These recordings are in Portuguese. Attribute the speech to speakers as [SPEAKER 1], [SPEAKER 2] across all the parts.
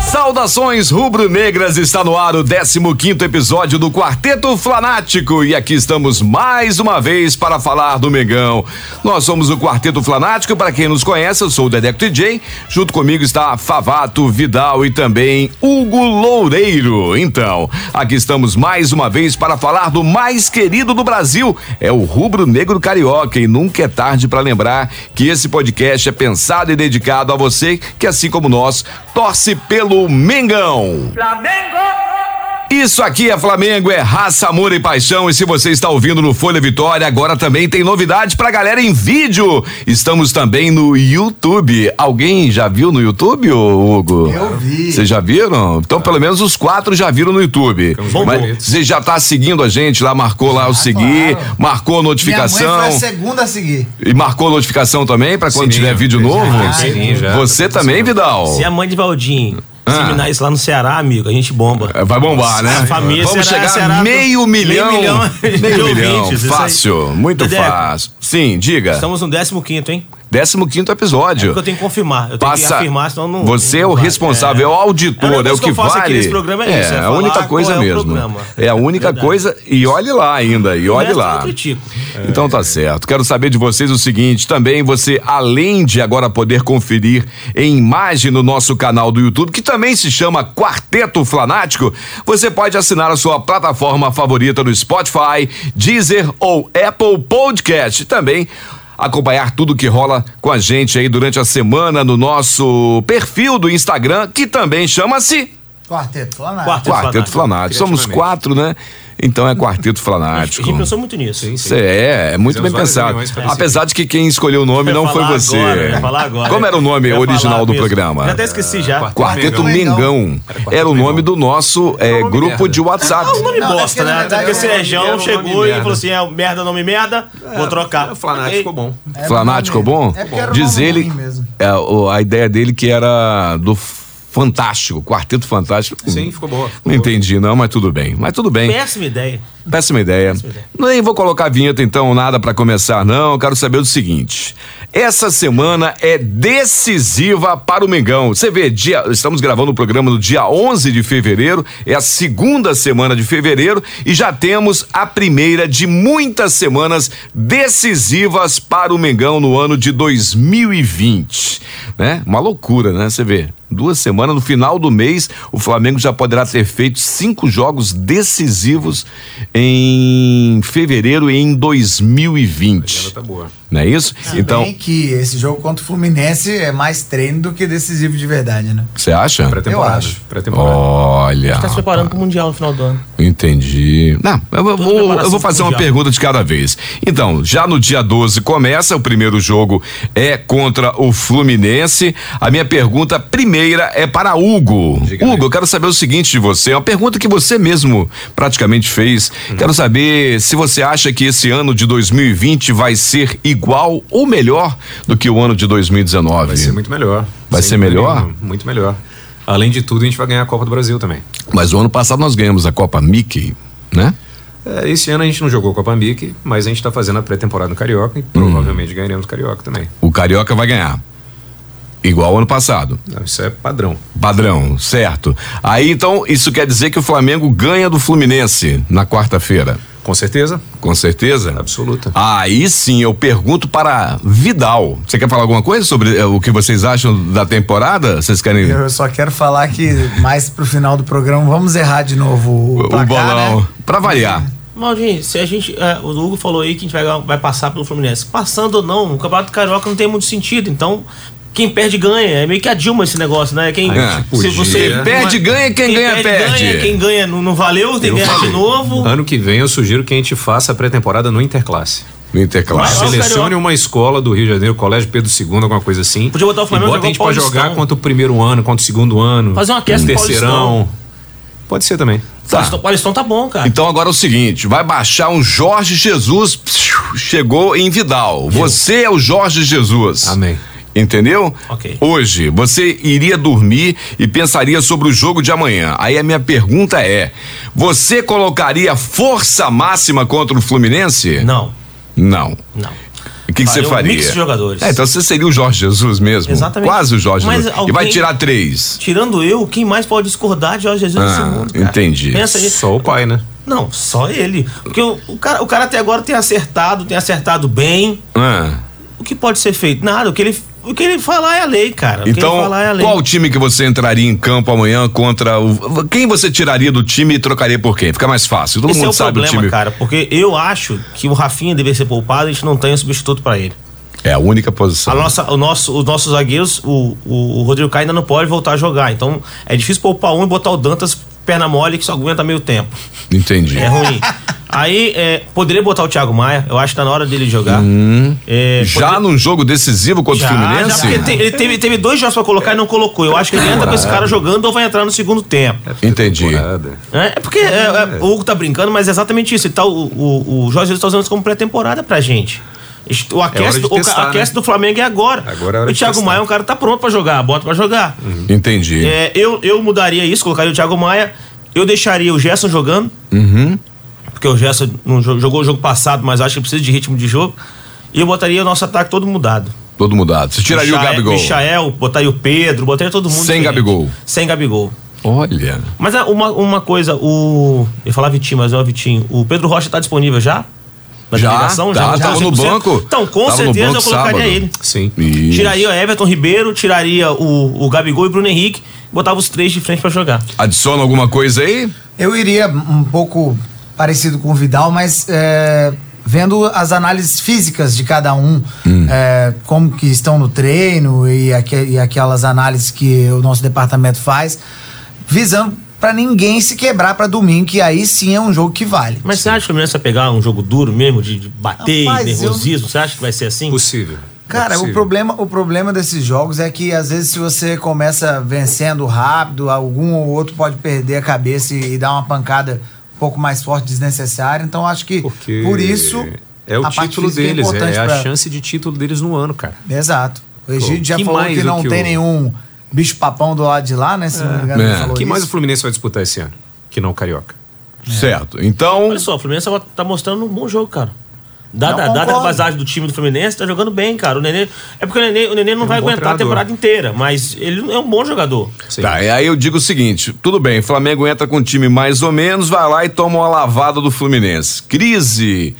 [SPEAKER 1] Saudações rubro-negras, está no ar o 15º episódio do Quarteto Flanático e aqui estamos mais uma vez para falar do Mengão. Nós somos o Quarteto Flanático, para quem nos conhece, eu sou o Dedeco TJ, junto comigo está Favato Vidal e também Hugo Loureiro. Então, aqui estamos mais uma vez para falar do mais querido do Brasil, é o rubro-negro carioca e nunca é tarde para lembrar que esse podcast é pensado e dedicado a você que assim como nós torce pelo Mengão. Isso aqui é Flamengo, é raça, amor e paixão. E se você está ouvindo no Folha Vitória, agora também tem novidade pra galera em vídeo. Estamos também no YouTube. Alguém já viu no YouTube, ô, Hugo?
[SPEAKER 2] Eu vi.
[SPEAKER 1] Vocês já viram? Então, pelo menos os quatro já viram no YouTube.
[SPEAKER 3] bom
[SPEAKER 1] Mas
[SPEAKER 3] momentos.
[SPEAKER 1] você já tá seguindo a gente lá, marcou lá o seguir,
[SPEAKER 2] Ah, claro.
[SPEAKER 1] marcou a
[SPEAKER 2] Minha mãe
[SPEAKER 1] notificação.
[SPEAKER 2] foi a segunda a seguir.
[SPEAKER 1] E marcou a notificação também pra quando
[SPEAKER 3] Sininho.
[SPEAKER 1] tiver vídeo
[SPEAKER 3] Já,
[SPEAKER 1] novo.
[SPEAKER 3] sininho já. Tá
[SPEAKER 1] Você também, Vidal.
[SPEAKER 4] Se a mãe de Valdim
[SPEAKER 1] Ah.
[SPEAKER 4] seminar isso lá no Ceará, amigo, a gente bomba.
[SPEAKER 1] É, Vai bombar, né?
[SPEAKER 4] A família
[SPEAKER 1] Vamos chegar
[SPEAKER 4] será-
[SPEAKER 1] a
[SPEAKER 4] será-
[SPEAKER 1] meio milhão.
[SPEAKER 4] meio milhão de
[SPEAKER 1] Meio milhão,
[SPEAKER 4] ouvintes, isso aí.
[SPEAKER 1] fácil, muito
[SPEAKER 4] Dedeco.
[SPEAKER 1] fácil. Sim, diga.
[SPEAKER 4] Estamos no 15º, hein?
[SPEAKER 1] 15 quinto
[SPEAKER 4] É porque
[SPEAKER 1] episódio.
[SPEAKER 4] eu tenho que confirmar. Eu tenho que
[SPEAKER 1] Passa.
[SPEAKER 4] afirmar, senão não.
[SPEAKER 1] Você é
[SPEAKER 4] não
[SPEAKER 1] o
[SPEAKER 4] vai.
[SPEAKER 1] responsável, é, o auditor,
[SPEAKER 4] única
[SPEAKER 1] é, o
[SPEAKER 4] coisa
[SPEAKER 1] que,
[SPEAKER 4] eu faço
[SPEAKER 1] vale.
[SPEAKER 4] aqui nesse programa é isso, é
[SPEAKER 1] a
[SPEAKER 4] falar
[SPEAKER 1] única
[SPEAKER 4] qual
[SPEAKER 1] coisa
[SPEAKER 4] é o
[SPEAKER 1] mesmo.
[SPEAKER 4] programa.
[SPEAKER 1] É a única
[SPEAKER 4] Verdade.
[SPEAKER 1] coisa e olhe lá ainda, e olhe
[SPEAKER 4] resto eu
[SPEAKER 1] lá.
[SPEAKER 4] não é critico.
[SPEAKER 1] Então tá certo. Quero saber de vocês o seguinte, também você além de agora poder conferir em imagem no nosso canal do YouTube, que também se chama Quarteto Flanático, você pode assinar a sua plataforma favorita no Spotify, Deezer ou Apple Podcast. Também acompanhar tudo que rola com a gente aí durante a semana no nosso perfil do Instagram, que também chama-se
[SPEAKER 2] Quarteto, lá na
[SPEAKER 4] Quarteto.
[SPEAKER 1] Quarteto
[SPEAKER 4] Flanático.
[SPEAKER 1] Flanático. Somos quatro, né? Então é Quarteto
[SPEAKER 4] A gente
[SPEAKER 1] Flanático.
[SPEAKER 4] a gente pensou muito nisso.
[SPEAKER 1] Cê É, é muito
[SPEAKER 3] Fizemos
[SPEAKER 1] bem
[SPEAKER 3] várias
[SPEAKER 1] pensado.
[SPEAKER 3] reuniões parecidas.
[SPEAKER 1] Apesar de que quem escolheu o
[SPEAKER 4] Eu
[SPEAKER 1] nome
[SPEAKER 4] ia
[SPEAKER 1] não foi
[SPEAKER 4] falar
[SPEAKER 1] você.
[SPEAKER 4] agora, eu ia falar agora.
[SPEAKER 1] Como era o nome
[SPEAKER 4] Eu ia
[SPEAKER 1] original
[SPEAKER 4] falar
[SPEAKER 1] do
[SPEAKER 4] mesmo. Já
[SPEAKER 1] programa?
[SPEAKER 4] até esqueci já.
[SPEAKER 1] Quarteto
[SPEAKER 2] Mengão.
[SPEAKER 1] Mengão. Era o nome do nosso eh,
[SPEAKER 3] nome
[SPEAKER 1] grupo
[SPEAKER 3] merda.
[SPEAKER 1] de WhatsApp.
[SPEAKER 4] Ah, o nome
[SPEAKER 2] Não, é porque,
[SPEAKER 4] bosta,
[SPEAKER 2] na
[SPEAKER 4] né?
[SPEAKER 2] verdade,
[SPEAKER 4] Porque esse
[SPEAKER 2] era um
[SPEAKER 3] nome-
[SPEAKER 4] região
[SPEAKER 3] era um nome
[SPEAKER 4] chegou e
[SPEAKER 3] merda.
[SPEAKER 4] falou assim: é merda, nome merda, vou trocar.
[SPEAKER 3] O Fanatic né? ficou bom.
[SPEAKER 2] É,
[SPEAKER 1] Flanático
[SPEAKER 2] nome-
[SPEAKER 1] bom?
[SPEAKER 2] É porque era o
[SPEAKER 1] Diz
[SPEAKER 2] nome
[SPEAKER 1] ele.
[SPEAKER 2] ruim mesmo.
[SPEAKER 1] é, o- a ideia dele que era do Fantástico, Quarteto Fantástico.
[SPEAKER 3] Sim, ficou boa.
[SPEAKER 1] Não entendi, não, mas tudo bem. Mas tudo bem.
[SPEAKER 4] Péssima ideia.
[SPEAKER 1] Péssima ideia. Nem vou colocar vinheta então, nada pra começar não. Quero saber o seguinte: essa semana é decisiva para o Mengão. Você vê, dia, estamos gravando o programa no dia 11 de fevereiro, é a segunda semana de fevereiro e já temos a primeira de muitas semanas decisivas para o Mengão no ano de 2020, né? Uma loucura, né? Você vê. Duas semanas, no final do mês, o Flamengo já poderá ter feito cinco jogos decisivos em fevereiro em 2020.
[SPEAKER 3] Ela tá boa.
[SPEAKER 1] Não é isso?
[SPEAKER 2] Então,
[SPEAKER 1] Então,
[SPEAKER 2] Bem que esse jogo contra o Fluminense é mais treino do que decisivo de verdade, né?
[SPEAKER 1] você acha?
[SPEAKER 3] Pré-temporada.
[SPEAKER 2] Eu acho.
[SPEAKER 3] Pré-temporada.
[SPEAKER 1] Olha,
[SPEAKER 4] Tá se preparando pro Mundial no final do ano.
[SPEAKER 1] entendi. Não, eu, vou-
[SPEAKER 4] Toda
[SPEAKER 1] vou- eu
[SPEAKER 4] preparação
[SPEAKER 1] vou fazer
[SPEAKER 4] pro
[SPEAKER 1] uma
[SPEAKER 4] Mundial.
[SPEAKER 1] pergunta de cada vez. Então, já no dia 12 começa, o primeiro jogo é contra o Fluminense. A minha pergunta primeira é para Hugo. Hugo, eu quero saber o seguinte de você, é uma pergunta que você mesmo praticamente fez.
[SPEAKER 3] Hum.
[SPEAKER 1] Quero saber se você acha que esse ano de 2020 vai ser igual ou melhor do que o ano de 2019.
[SPEAKER 3] Vai ser muito melhor.
[SPEAKER 1] Vai
[SPEAKER 3] Sem
[SPEAKER 1] ser melhor?
[SPEAKER 3] problema, Muito melhor. Além de tudo, a gente vai ganhar a Copa do Brasil também.
[SPEAKER 1] Mas o ano passado nós ganhamos a Copa Mickey, né?
[SPEAKER 3] É, Esse ano a gente não jogou Copa Mic, mas a gente tá fazendo a pré-temporada no Carioca
[SPEAKER 1] Hum.
[SPEAKER 3] e provavelmente ganharemos o Carioca também.
[SPEAKER 1] O Carioca vai ganhar. Igual ano passado.
[SPEAKER 3] Não, Isso é padrão.
[SPEAKER 1] Padrão, certo. Aí então, isso quer dizer que o Flamengo ganha do Fluminense na quarta-feira.
[SPEAKER 3] Com certeza,
[SPEAKER 1] Com certeza?
[SPEAKER 3] absoluta.
[SPEAKER 1] Aí sim, eu pergunto para Vidal. Você quer falar alguma coisa sobre eh, o que vocês acham da temporada? Vocês querem.
[SPEAKER 2] Eu só quero falar que mais pro final do programa vamos errar de novo o,
[SPEAKER 1] O,
[SPEAKER 2] placar,
[SPEAKER 1] bolão.
[SPEAKER 2] né?
[SPEAKER 1] Pra variar.
[SPEAKER 4] Maldinho, se a gente. é, o Hugo falou aí que a gente vai, ganhar- vai passar pelo Fluminense. Passando ou não, o Campeonato Carioca não tem muito sentido. Então, quem perde ganha. É meio que a Dilma esse negócio, né? Quem,
[SPEAKER 1] É,
[SPEAKER 3] podia. Quem
[SPEAKER 1] perde, ganha, quem ganha, perde. Ah,
[SPEAKER 4] ganha, quem ganha não, não valeu, tem que ganhar É, de novo.
[SPEAKER 3] Ano que vem eu sugiro que a gente faça a pré-temporada no Interclasse.
[SPEAKER 1] No Interclasse.
[SPEAKER 4] Mas- Nossa,
[SPEAKER 3] Selecione
[SPEAKER 4] Carioca.
[SPEAKER 3] uma escola do Rio de Janeiro, Colégio Pedro II, alguma coisa assim.
[SPEAKER 4] Podia botar o Flamengo
[SPEAKER 3] e bota a gente
[SPEAKER 4] jogar o
[SPEAKER 3] pra jogar
[SPEAKER 4] Paulistão.
[SPEAKER 3] contra o primeiro ano, contra o segundo ano.
[SPEAKER 4] Fazer uma aquece do
[SPEAKER 3] Terceirão. Pode ser também.
[SPEAKER 4] O Paulistão- O Paulistão tá bom, cara.
[SPEAKER 1] Então agora é o seguinte, vai baixar um Jorge Jesus, psiu, chegou em Vidal. Você é o Jorge Jesus.
[SPEAKER 3] Amém.
[SPEAKER 1] Entendeu?
[SPEAKER 4] Ok.
[SPEAKER 1] Hoje, você iria dormir e pensaria sobre o jogo de amanhã. Aí a minha pergunta é: você colocaria força máxima contra o Fluminense?
[SPEAKER 4] Não,
[SPEAKER 1] Não.
[SPEAKER 4] não.
[SPEAKER 1] O que, que você
[SPEAKER 4] Faria um
[SPEAKER 1] faria?
[SPEAKER 4] mix de jogadores.
[SPEAKER 1] É, então você seria o Jorge Jesus mesmo.
[SPEAKER 4] Exatamente.
[SPEAKER 1] Quase o Jorge
[SPEAKER 4] Mas
[SPEAKER 1] Jesus. E
[SPEAKER 4] alguém-
[SPEAKER 1] vai tirar três.
[SPEAKER 4] Tirando eu, quem mais pode discordar de Jorge Jesus nesse
[SPEAKER 1] Ah,
[SPEAKER 4] mundo? cara?
[SPEAKER 1] entendi.
[SPEAKER 4] Pensa aí.
[SPEAKER 3] Só o pai, né?
[SPEAKER 4] Não, só ele. Porque o, o cara, o cara até agora tem acertado, tem acertado bem.
[SPEAKER 1] Ah,
[SPEAKER 4] O que pode ser feito? Nada. O que ele, o que ele falar é a lei, cara. O que ele
[SPEAKER 1] Então,
[SPEAKER 4] falar é a lei.
[SPEAKER 1] qual time que você entraria em campo amanhã contra o. Quem você tiraria do time e trocaria por quem? Fica mais fácil. Todo
[SPEAKER 4] Esse é
[SPEAKER 1] mundo
[SPEAKER 4] o
[SPEAKER 1] sabe
[SPEAKER 4] problema,
[SPEAKER 1] o time.
[SPEAKER 4] cara. Porque eu acho que o Rafinha deveria ser poupado e a gente não tem um substituto pra ele.
[SPEAKER 1] É a única posição.
[SPEAKER 4] A nossa, o nosso, os nossos zagueiros, o, o, o Rodrigo Caio ainda não pode voltar a jogar. Então é difícil poupar um e botar o Dantas perna mole que só aguenta meio tempo.
[SPEAKER 1] Entendi.
[SPEAKER 4] É ruim. Aí, é, poderia botar o Thiago Maia, eu acho que tá na hora dele jogar. É,
[SPEAKER 1] Já num jogo decisivo contra o
[SPEAKER 4] já, já,
[SPEAKER 1] Hum. Fluminense?
[SPEAKER 4] porque te- ele teve, teve dois jogos pra colocar e não colocou. Eu acho que ele entra com esse cara jogando ou vai entrar no segundo
[SPEAKER 1] É
[SPEAKER 4] tempo.
[SPEAKER 1] Entendi.
[SPEAKER 3] Temporada.
[SPEAKER 4] É, é porque é, é, o Hugo tá brincando, mas é exatamente isso. Ele tá, o, o, o Jorge Jesus tá usando isso como pré-temporada pra gente. Este- O
[SPEAKER 3] É hora
[SPEAKER 4] aquece,
[SPEAKER 3] de
[SPEAKER 4] o ca-
[SPEAKER 3] testar,
[SPEAKER 4] aquece
[SPEAKER 3] né?
[SPEAKER 4] do Flamengo é agora.
[SPEAKER 3] Agora é hora
[SPEAKER 4] o
[SPEAKER 3] de
[SPEAKER 4] Thiago
[SPEAKER 3] testar. Uhum.
[SPEAKER 4] Maia é um cara que tá pronto pra jogar, bota pra jogar.
[SPEAKER 1] Entendi.
[SPEAKER 4] É, eu, eu mudaria isso, colocaria o Thiago Maia. Eu deixaria o Gerson jogando.
[SPEAKER 3] Uhum.
[SPEAKER 4] Porque o Gerson não jo- jogou o jogo passado, mas acho que precisa de ritmo de jogo. E eu botaria o nosso ataque todo mudado.
[SPEAKER 1] Todo mudado. Você tiraria o
[SPEAKER 4] Michael-
[SPEAKER 1] Gabigol.
[SPEAKER 4] Michael, botaria o Pedro, botaria todo mundo.
[SPEAKER 1] Sem
[SPEAKER 4] diferente.
[SPEAKER 1] Gabigol.
[SPEAKER 4] Sem Gabigol.
[SPEAKER 1] Olha.
[SPEAKER 4] Mas ah, uma, uma coisa, o. Eu ia falar Vitinho, mas não é o Vitinho. O Pedro Rocha tá disponível já? Na
[SPEAKER 1] Já,
[SPEAKER 4] delegação?
[SPEAKER 1] tá,
[SPEAKER 4] voltou
[SPEAKER 1] tava no
[SPEAKER 4] 100%?
[SPEAKER 1] banco.
[SPEAKER 4] Então, com
[SPEAKER 1] Tava no
[SPEAKER 4] certeza
[SPEAKER 1] banco
[SPEAKER 4] eu colocaria
[SPEAKER 1] sábado.
[SPEAKER 4] ele.
[SPEAKER 3] Sim.
[SPEAKER 1] Isso.
[SPEAKER 4] Tiraria o Everton Ribeiro, tiraria o, o Gabigol e o Bruno Henrique, botava os três de frente pra jogar.
[SPEAKER 1] Adiciona alguma coisa aí?
[SPEAKER 4] É.
[SPEAKER 2] Eu iria um pouco parecido com o Vidal, mas é, vendo as análises físicas de cada um, é, como que estão no treino e, aque- e aquelas análises que o nosso departamento faz, visando pra ninguém se quebrar pra domingo, que aí sim é um jogo que vale.
[SPEAKER 4] Mas você acha que o Fluminense vai pegar um jogo duro mesmo, de, de bater,
[SPEAKER 2] Rapaz, eu-
[SPEAKER 4] nervosismo? Você acha que vai ser assim?
[SPEAKER 3] Possível.
[SPEAKER 2] Cara,
[SPEAKER 3] É
[SPEAKER 2] o
[SPEAKER 3] possível.
[SPEAKER 2] problema, o problema desses jogos é que às vezes se você começa vencendo rápido, algum ou outro pode perder a cabeça e, e dar uma pancada um pouco mais forte desnecessária. Então acho que
[SPEAKER 3] Porque
[SPEAKER 2] por isso
[SPEAKER 3] é o
[SPEAKER 2] a parte
[SPEAKER 3] título
[SPEAKER 2] física é
[SPEAKER 3] deles, é,
[SPEAKER 2] importante
[SPEAKER 3] a
[SPEAKER 2] pra-
[SPEAKER 3] chance de título deles no ano, cara.
[SPEAKER 2] Exato. O Egídio já
[SPEAKER 3] que
[SPEAKER 2] falou
[SPEAKER 3] mais
[SPEAKER 2] que
[SPEAKER 3] do
[SPEAKER 2] não
[SPEAKER 3] que
[SPEAKER 2] tem
[SPEAKER 3] o-
[SPEAKER 2] nenhum bicho papão do lado de lá, né? Se não me engano,
[SPEAKER 1] É.
[SPEAKER 2] ele falou
[SPEAKER 3] O que
[SPEAKER 2] isso.
[SPEAKER 3] mais o Fluminense vai disputar esse ano? Que não o Carioca.
[SPEAKER 1] Certo. Então,
[SPEAKER 4] Olha só, o Fluminense agora tá mostrando um bom jogo, cara.
[SPEAKER 2] Não
[SPEAKER 4] Dada,
[SPEAKER 2] concordo.
[SPEAKER 4] dada a vazagem do time do Fluminense, tá jogando bem, cara. O Nenê. É porque o Nenê, o Nenê não vai
[SPEAKER 3] bom
[SPEAKER 4] aguentar a
[SPEAKER 3] treinador.
[SPEAKER 4] temporada inteira, mas ele é um bom jogador.
[SPEAKER 3] Sim.
[SPEAKER 1] Tá, e aí eu digo o seguinte: tudo bem, Flamengo entra com um time mais ou menos, vai lá e toma uma lavada do Fluminense. Crise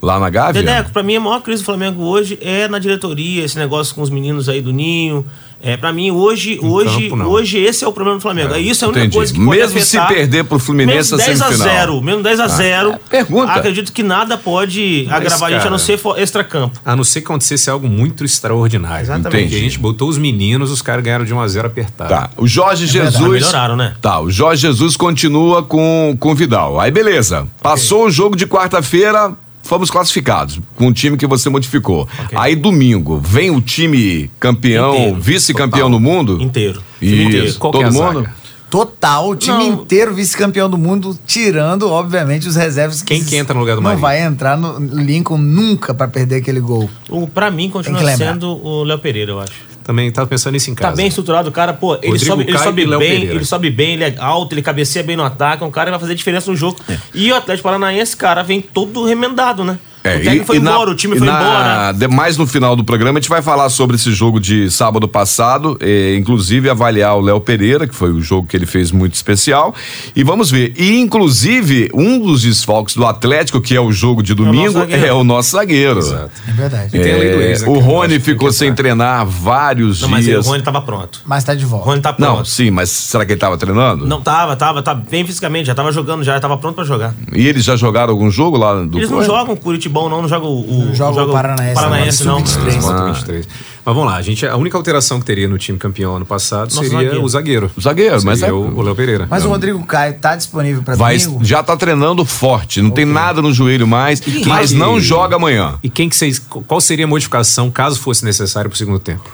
[SPEAKER 1] lá na Gávea?
[SPEAKER 4] Dedeco, pra mim a maior crise do Flamengo hoje é na diretoria, esse negócio com os meninos aí do Ninho. É, pra mim, hoje, hoje,
[SPEAKER 3] campo, não.
[SPEAKER 4] hoje esse é o problema do Flamengo. Aí isso é a única
[SPEAKER 1] entendi.
[SPEAKER 4] coisa que pode
[SPEAKER 1] Mesmo se
[SPEAKER 4] afetar.
[SPEAKER 1] perder pro Fluminense
[SPEAKER 4] menos
[SPEAKER 1] a
[SPEAKER 4] 10 a
[SPEAKER 1] semifinal. Ah, é,
[SPEAKER 4] 0, menos 10 a 0.
[SPEAKER 1] pergunta.
[SPEAKER 4] Acredito que nada pode
[SPEAKER 3] Mas,
[SPEAKER 4] agravar a gente a
[SPEAKER 3] cara,
[SPEAKER 4] não ser for- extracampo.
[SPEAKER 3] A não ser que acontecesse algo muito extraordinário.
[SPEAKER 4] Exatamente.
[SPEAKER 3] Porque a gente botou os meninos, os caras ganharam de 1x0 apertado.
[SPEAKER 1] Tá, o Jorge
[SPEAKER 4] é verdade,
[SPEAKER 1] Jesus.
[SPEAKER 4] melhoraram, né?
[SPEAKER 1] Tá, o Jorge Jesus continua com com o Vidal. Aí beleza. Passou o jogo de quarta-feira, fomos classificados com o time que você modificou. Aí domingo, vem o time campeão,
[SPEAKER 4] Inteiro.
[SPEAKER 1] vice-campeão do mundo?
[SPEAKER 4] Inteiro.
[SPEAKER 1] Isso.
[SPEAKER 4] Time inteiro.
[SPEAKER 3] Qual que é
[SPEAKER 1] Todo
[SPEAKER 3] a
[SPEAKER 1] mundo?
[SPEAKER 3] zaga?
[SPEAKER 2] Total, o time
[SPEAKER 4] Não.
[SPEAKER 2] inteiro vice-campeão do mundo, tirando, obviamente, os reservas que.
[SPEAKER 3] Quem que entra no lugar do
[SPEAKER 2] Não
[SPEAKER 3] Marinho?
[SPEAKER 2] vai entrar no Lincoln nunca pra perder aquele gol.
[SPEAKER 4] O, pra mim,
[SPEAKER 2] Tem que
[SPEAKER 4] continua
[SPEAKER 2] lembrar.
[SPEAKER 4] sendo o Léo Pereira, eu acho.
[SPEAKER 3] Também tava pensando nisso em
[SPEAKER 4] Tá
[SPEAKER 3] casa.
[SPEAKER 4] bem estruturado, o cara, pô, ele
[SPEAKER 3] Rodrigo
[SPEAKER 4] sobe, ele
[SPEAKER 3] Caio
[SPEAKER 4] sobe
[SPEAKER 3] e Léo
[SPEAKER 4] bem,
[SPEAKER 3] Pereira.
[SPEAKER 4] ele sobe bem, ele é alto, ele cabeceia bem no ataque, é um cara que vai fazer diferença no jogo. E o Atlético Paranaense, cara, vem todo remendado, né?
[SPEAKER 1] É,
[SPEAKER 4] o técnico foi
[SPEAKER 1] na-
[SPEAKER 4] embora, o time
[SPEAKER 1] e
[SPEAKER 4] foi
[SPEAKER 1] na-
[SPEAKER 4] embora. né?
[SPEAKER 1] de- Mais no final do programa, a gente vai falar sobre esse jogo de sábado passado, eh, inclusive avaliar o Léo Pereira, que foi o jogo que ele fez muito especial. E vamos ver. E, inclusive, um dos desfalques do Atlético, que é o jogo de domingo,
[SPEAKER 4] zagueiro.
[SPEAKER 1] é o nosso zagueiro.
[SPEAKER 3] Exato.
[SPEAKER 2] É verdade.
[SPEAKER 3] Tem a lei do
[SPEAKER 1] É,
[SPEAKER 3] ex, né,
[SPEAKER 1] o
[SPEAKER 3] que eu
[SPEAKER 4] um
[SPEAKER 1] Rony
[SPEAKER 3] acho que tem
[SPEAKER 1] ficou
[SPEAKER 3] que
[SPEAKER 1] sem
[SPEAKER 3] entrar.
[SPEAKER 1] treinar vários
[SPEAKER 4] Não, mas aí o
[SPEAKER 1] dias.
[SPEAKER 4] Rony tava pronto.
[SPEAKER 2] Mas tá de
[SPEAKER 4] O
[SPEAKER 2] volta.
[SPEAKER 4] Rony tá pronto.
[SPEAKER 1] Não, sim, mas será que ele estava treinando?
[SPEAKER 4] Não tava, tava, tava bem fisicamente, já tava jogando, já tava pronto pra jogar.
[SPEAKER 1] E eles já jogaram algum jogo lá do
[SPEAKER 4] Eles não
[SPEAKER 1] Coelho?
[SPEAKER 4] jogam o Curitibão, não, não jogam o,
[SPEAKER 2] Não jogam o Paranaense,
[SPEAKER 4] Paranaense,
[SPEAKER 2] não.
[SPEAKER 4] não.
[SPEAKER 2] Sub-23.
[SPEAKER 3] Exato, 23. Mas vamos lá, a, gente, a única alteração que teria no time campeão ano passado
[SPEAKER 4] Nosso
[SPEAKER 3] seria
[SPEAKER 4] zagueiro.
[SPEAKER 3] o zagueiro.
[SPEAKER 1] O zagueiro, mas
[SPEAKER 3] Seria
[SPEAKER 1] é-
[SPEAKER 3] o o Léo Pereira.
[SPEAKER 2] Mas o Rodrigo Caio tá disponível pra
[SPEAKER 1] Vai,
[SPEAKER 2] domingo?
[SPEAKER 1] já tá treinando forte, não tem nada no joelho mais,
[SPEAKER 4] é
[SPEAKER 1] mas
[SPEAKER 3] quem-
[SPEAKER 1] não joga amanhã.
[SPEAKER 3] E quem que vocês. Qual seria a modificação, caso fosse necessário, pro segundo tempo?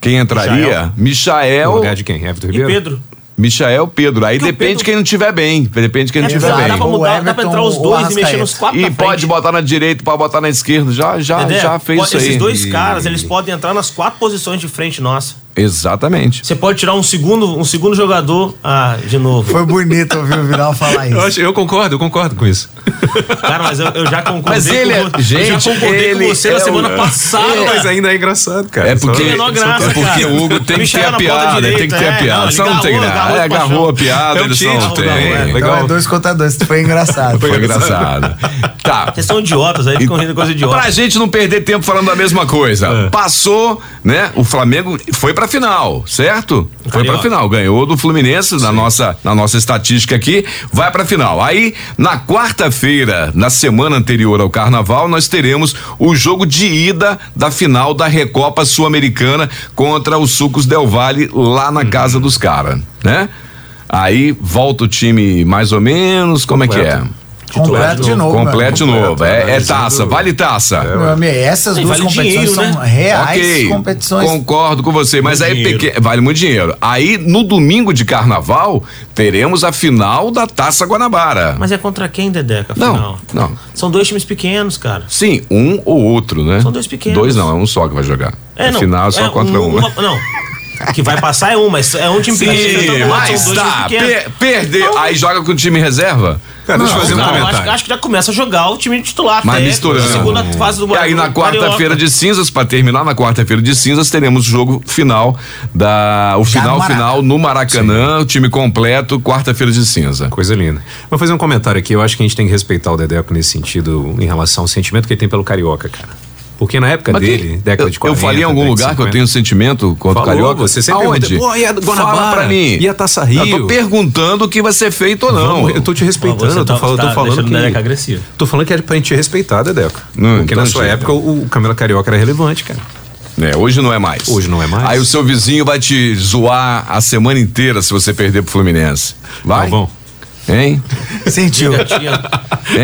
[SPEAKER 1] Quem entraria? Michael.
[SPEAKER 3] no lugar de quem? Everton
[SPEAKER 4] E
[SPEAKER 3] Ribeiro?
[SPEAKER 4] Pedro?
[SPEAKER 1] Michael, Pedro. Aí
[SPEAKER 4] Porque o
[SPEAKER 1] depende
[SPEAKER 4] Pedro-
[SPEAKER 1] de quem não tiver bem. Depende de quem não
[SPEAKER 4] É,
[SPEAKER 1] tiver
[SPEAKER 4] dá,
[SPEAKER 1] bem.
[SPEAKER 4] pra
[SPEAKER 2] Ou
[SPEAKER 4] mudar, dá pra
[SPEAKER 2] Everton
[SPEAKER 4] entrar os
[SPEAKER 2] ou
[SPEAKER 4] dois e mexer
[SPEAKER 2] Arrascaeta.
[SPEAKER 4] nos quatro
[SPEAKER 1] E
[SPEAKER 4] pra
[SPEAKER 1] pode
[SPEAKER 4] frente.
[SPEAKER 1] botar na direita, pode botar na esquerda. Já, já,
[SPEAKER 4] Entendeu?
[SPEAKER 1] já fez
[SPEAKER 4] Pode-
[SPEAKER 1] isso aí.
[SPEAKER 4] Esses dois
[SPEAKER 3] E-
[SPEAKER 4] caras, eles podem entrar nas quatro posições de frente nossa.
[SPEAKER 1] Exatamente.
[SPEAKER 4] Você pode tirar um segundo, um segundo jogador. Ah, de novo.
[SPEAKER 2] Foi bonito ouvir o Vidal falar
[SPEAKER 3] Eu,
[SPEAKER 2] isso.
[SPEAKER 3] acho- eu concordo, eu concordo com isso.
[SPEAKER 4] Cara, mas eu, eu já concordei
[SPEAKER 1] Mas ele é-
[SPEAKER 4] com, vo- eu
[SPEAKER 1] gente,
[SPEAKER 4] já concordei
[SPEAKER 1] ele
[SPEAKER 4] com você na
[SPEAKER 1] é o-
[SPEAKER 4] semana passada.
[SPEAKER 3] Ah, mas ainda é engraçado, cara.
[SPEAKER 1] É porque,
[SPEAKER 3] Só-
[SPEAKER 4] menor graça,
[SPEAKER 1] é porque
[SPEAKER 4] cara.
[SPEAKER 1] o Hugo tem que
[SPEAKER 4] Michael
[SPEAKER 1] ter a
[SPEAKER 4] na ponta
[SPEAKER 1] piada,
[SPEAKER 4] direita,
[SPEAKER 1] tem que ter a
[SPEAKER 4] é,
[SPEAKER 1] piada.
[SPEAKER 4] não,
[SPEAKER 1] Só
[SPEAKER 4] ele
[SPEAKER 1] não tem
[SPEAKER 4] agarrou,
[SPEAKER 1] graça. Ele
[SPEAKER 4] agarrou de
[SPEAKER 1] agarrou a
[SPEAKER 4] paixão.
[SPEAKER 1] piada,
[SPEAKER 3] É um
[SPEAKER 1] eles
[SPEAKER 3] time,
[SPEAKER 1] não
[SPEAKER 3] não, não,
[SPEAKER 1] têm.
[SPEAKER 3] é.
[SPEAKER 2] Então
[SPEAKER 3] legal.
[SPEAKER 2] é dois contra dois. Foi engraçado.
[SPEAKER 1] Foi engraçado. Tá.
[SPEAKER 4] Vocês são idiotas, aí ficam rindo coisa idiota. É.
[SPEAKER 1] Pra gente não perder tempo falando da mesma coisa. Passou, né? O Flamengo foi pra final, certo? Foi pra
[SPEAKER 4] Carioca.
[SPEAKER 1] final, ganhou do Fluminense na nossa, na nossa estatística aqui, vai pra final. Aí, na quarta-feira, na semana anterior ao carnaval, nós teremos o jogo de ida da final da Recopa Sul-Americana contra os Sucos Del Valle lá
[SPEAKER 4] Uhum.
[SPEAKER 1] na casa dos caras, né? Aí volta o time mais ou menos, como é que
[SPEAKER 3] Completo.
[SPEAKER 1] é?
[SPEAKER 2] Completo de novo.
[SPEAKER 1] Completo
[SPEAKER 4] né?
[SPEAKER 1] de
[SPEAKER 2] mano.
[SPEAKER 1] novo. É, é
[SPEAKER 3] Completo,
[SPEAKER 1] taça,
[SPEAKER 3] analisando-
[SPEAKER 1] vale taça.
[SPEAKER 3] É,
[SPEAKER 2] Meu amigo, essas
[SPEAKER 4] Aí
[SPEAKER 2] duas
[SPEAKER 4] vale
[SPEAKER 2] competições
[SPEAKER 4] dinheiro,
[SPEAKER 2] são
[SPEAKER 4] né?
[SPEAKER 2] reais
[SPEAKER 1] Ok,
[SPEAKER 2] competições.
[SPEAKER 1] Concordo com você, mas
[SPEAKER 4] Muito
[SPEAKER 1] aí
[SPEAKER 4] dinheiro.
[SPEAKER 1] peque- vale muito dinheiro. Aí no domingo de carnaval teremos a final da Taça Guanabara.
[SPEAKER 4] Mas é contra quem, Dedeca?
[SPEAKER 1] Não,
[SPEAKER 4] afinal?
[SPEAKER 1] não.
[SPEAKER 4] São dois times pequenos, cara.
[SPEAKER 1] Sim, um ou outro, né?
[SPEAKER 4] São dois pequenos.
[SPEAKER 1] Dois não, é um só que vai jogar.
[SPEAKER 4] É, não.
[SPEAKER 1] Final é só
[SPEAKER 4] é,
[SPEAKER 1] contra um.
[SPEAKER 4] uma- não. O que vai passar é um, mas é um time pequeno.
[SPEAKER 1] Sim,
[SPEAKER 4] então,
[SPEAKER 1] mas
[SPEAKER 4] são dois times
[SPEAKER 1] tá,
[SPEAKER 4] pequenos.
[SPEAKER 1] per- perder. Aí joga com o time reserva?
[SPEAKER 3] Cara, deixa eu fazer um
[SPEAKER 4] Não, eu
[SPEAKER 3] comentário.
[SPEAKER 4] acho, acho que já começa a jogar o time titular.
[SPEAKER 1] Mas
[SPEAKER 4] até,
[SPEAKER 1] misturando.
[SPEAKER 4] na segunda fase do
[SPEAKER 1] E aí na
[SPEAKER 4] do
[SPEAKER 1] quarta-feira
[SPEAKER 4] Carioca.
[SPEAKER 1] de cinzas, pra terminar na quarta-feira de cinzas, teremos o jogo final da o
[SPEAKER 2] Já no
[SPEAKER 1] final
[SPEAKER 2] Maraca.
[SPEAKER 1] final no Maracanã, o time completo, quarta-feira de cinza.
[SPEAKER 3] Coisa linda. Vou fazer um comentário aqui. Eu acho que a gente tem que respeitar o Dedeco nesse sentido, em relação ao sentimento que ele tem pelo Carioca, cara. Porque na época
[SPEAKER 1] Mas
[SPEAKER 3] dele,
[SPEAKER 1] tem-
[SPEAKER 3] década
[SPEAKER 1] eu,
[SPEAKER 3] de 40.
[SPEAKER 1] Eu falei em algum
[SPEAKER 3] década de
[SPEAKER 1] lugar que eu
[SPEAKER 3] 50.
[SPEAKER 1] tenho sentimento contra o
[SPEAKER 3] Falou,
[SPEAKER 1] carioca?
[SPEAKER 3] você sempre
[SPEAKER 1] Aonde?
[SPEAKER 3] pergunta, "Pô, e a Guanabara?
[SPEAKER 1] Fala pra mim.
[SPEAKER 3] E a Taça Rio?"
[SPEAKER 1] Eu tô perguntando o que vai ser feito ou não.
[SPEAKER 3] Vamos, eu tô te
[SPEAKER 4] Ó, você
[SPEAKER 3] respeitando, eu
[SPEAKER 4] tá-
[SPEAKER 3] tô, falando,
[SPEAKER 4] tá
[SPEAKER 3] tô falando
[SPEAKER 4] deixando o Dedeco
[SPEAKER 3] que.
[SPEAKER 4] agressivo.
[SPEAKER 3] Tô falando que é pra gente respeitar, Dedeco.
[SPEAKER 1] Não,
[SPEAKER 3] Porque
[SPEAKER 1] então
[SPEAKER 3] na sua
[SPEAKER 1] tira.
[SPEAKER 3] época o, o Camila Carioca era relevante, cara.
[SPEAKER 1] É, hoje não é mais.
[SPEAKER 3] Hoje não é mais.
[SPEAKER 1] Aí o seu vizinho vai te zoar a semana inteira se você perder pro Fluminense. Vai?
[SPEAKER 3] Tá bom.
[SPEAKER 1] Hein?
[SPEAKER 2] Sentiu.
[SPEAKER 1] Hein?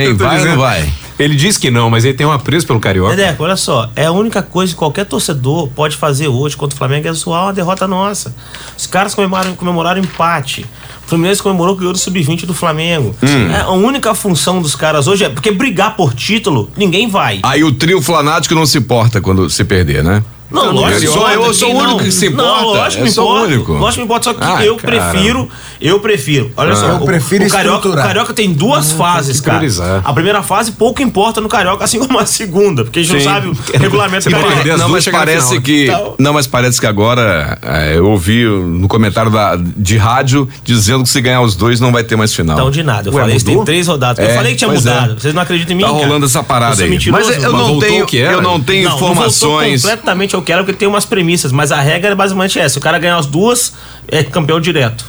[SPEAKER 3] Eu tô
[SPEAKER 1] Vai ou
[SPEAKER 3] dizendo-
[SPEAKER 1] não vai?
[SPEAKER 3] Ele diz que não, mas ele tem um apreço pelo
[SPEAKER 1] Tá
[SPEAKER 3] Carioca.
[SPEAKER 4] Dedeco, olha só, é a única coisa que qualquer torcedor pode fazer hoje contra o Flamengo é zoar uma derrota nossa. Os caras comemoraram, comemoraram empate. O Fluminense comemorou que ganhou do Sub-20 do Flamengo.
[SPEAKER 1] Hum.
[SPEAKER 4] É, a única função dos caras hoje é porque brigar por título, ninguém vai.
[SPEAKER 1] Aí o trio flanático não se importa quando se perder, né?
[SPEAKER 4] Não,
[SPEAKER 1] eu
[SPEAKER 4] lógico
[SPEAKER 1] sou-
[SPEAKER 4] importa,
[SPEAKER 1] eu sou
[SPEAKER 4] quem
[SPEAKER 1] o único
[SPEAKER 4] não?
[SPEAKER 1] que se importa,
[SPEAKER 4] Não, lógico que
[SPEAKER 1] eu sou o
[SPEAKER 4] importa.
[SPEAKER 1] único.
[SPEAKER 4] Lógico que importa, só que
[SPEAKER 1] Ah,
[SPEAKER 4] eu
[SPEAKER 1] cara.
[SPEAKER 4] prefiro, eu prefiro. Olha só,
[SPEAKER 2] Eu
[SPEAKER 4] o-
[SPEAKER 2] prefiro
[SPEAKER 4] o carioca, o
[SPEAKER 2] estruturar. Hum,
[SPEAKER 4] carioca tem duas fases, cara.
[SPEAKER 3] priorizar.
[SPEAKER 4] A primeira fase pouco importa no carioca, assim como a segunda, porque a gente
[SPEAKER 1] Sim.
[SPEAKER 4] não sabe o regulamento
[SPEAKER 3] E
[SPEAKER 4] carioca.
[SPEAKER 3] perder as
[SPEAKER 1] não,
[SPEAKER 3] duas
[SPEAKER 1] mas
[SPEAKER 3] chegar na
[SPEAKER 1] parece
[SPEAKER 3] final, né?
[SPEAKER 1] que
[SPEAKER 4] Então-
[SPEAKER 1] não, mas parece que agora é, eu ouvi no comentário da, de rádio dizendo que se ganhar os dois não vai ter mais final.
[SPEAKER 4] Então, de nada. Eu
[SPEAKER 3] Ué,
[SPEAKER 4] falei isso tem
[SPEAKER 3] mudou?
[SPEAKER 4] três rodadas.
[SPEAKER 1] É,
[SPEAKER 4] eu falei que tinha
[SPEAKER 1] pois é.
[SPEAKER 4] mudado. Vocês não acreditam em mim,
[SPEAKER 1] tá
[SPEAKER 4] cara.
[SPEAKER 1] rolando essa
[SPEAKER 4] Eu
[SPEAKER 1] parada
[SPEAKER 4] sou
[SPEAKER 1] aí.
[SPEAKER 4] mentiroso.
[SPEAKER 1] mas é, eu
[SPEAKER 3] mas
[SPEAKER 1] não
[SPEAKER 3] voltou
[SPEAKER 1] tenho,
[SPEAKER 3] o que era.
[SPEAKER 1] eu não tenho
[SPEAKER 4] Não, não voltou
[SPEAKER 1] informações.
[SPEAKER 4] completamente eu quero, porque tem umas premissas, mas a regra é basicamente essa. O cara ganhar as duas, é campeão direto.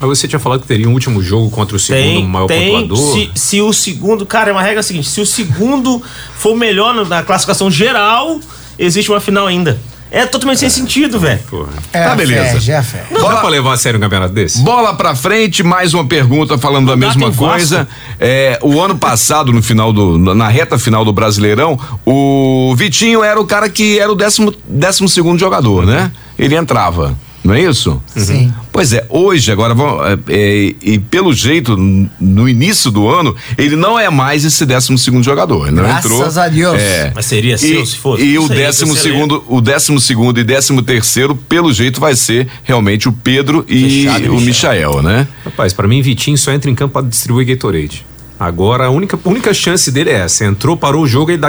[SPEAKER 3] Mas você tinha falado que teria um último jogo contra o segundo
[SPEAKER 4] Tem,
[SPEAKER 3] maior
[SPEAKER 4] tem.
[SPEAKER 3] pontuador.
[SPEAKER 4] Se, se o segundo. Cara, é uma regra seguinte: se o segundo for o melhor no- na classificação geral, existe uma final ainda. É totalmente sem sentido, velho.
[SPEAKER 3] Porra.
[SPEAKER 2] É
[SPEAKER 1] Tá,
[SPEAKER 2] a
[SPEAKER 1] beleza.
[SPEAKER 2] fé, já é a fé.
[SPEAKER 3] Não dá pra levar a sério um campeonato desse?
[SPEAKER 1] Bola pra frente, mais uma pergunta falando
[SPEAKER 2] Tá
[SPEAKER 1] da
[SPEAKER 4] dá,
[SPEAKER 1] mesma
[SPEAKER 4] tem Vasco.
[SPEAKER 1] coisa. É, o ano passado, no final do. na reta final do Brasileirão, o Vitinho era o cara que era o décimo, décimo segundo jogador, né? Ele entrava, não é isso?
[SPEAKER 2] Sim.
[SPEAKER 1] Pois é, hoje, agora, vamos- é, é, e pelo jeito, n- no início do ano, ele não é mais esse décimo segundo jogador. né? Ele não
[SPEAKER 2] Graças
[SPEAKER 1] entrou.
[SPEAKER 2] a Deus.
[SPEAKER 1] É.
[SPEAKER 4] Mas seria seu se fosse?
[SPEAKER 1] E o
[SPEAKER 4] Seria
[SPEAKER 1] décimo
[SPEAKER 4] terceiro,
[SPEAKER 1] segundo, o décimo segundo e décimo terceiro, pelo jeito, vai ser realmente o Pedro e
[SPEAKER 4] Fechado,
[SPEAKER 1] o
[SPEAKER 4] Michael.
[SPEAKER 1] Michael, né?
[SPEAKER 3] Rapaz, pra mim, Vitinho só entra em campo pra distribuir Gatorade. Agora, a única, a única chance dele é essa. Entrou, parou o jogo e dá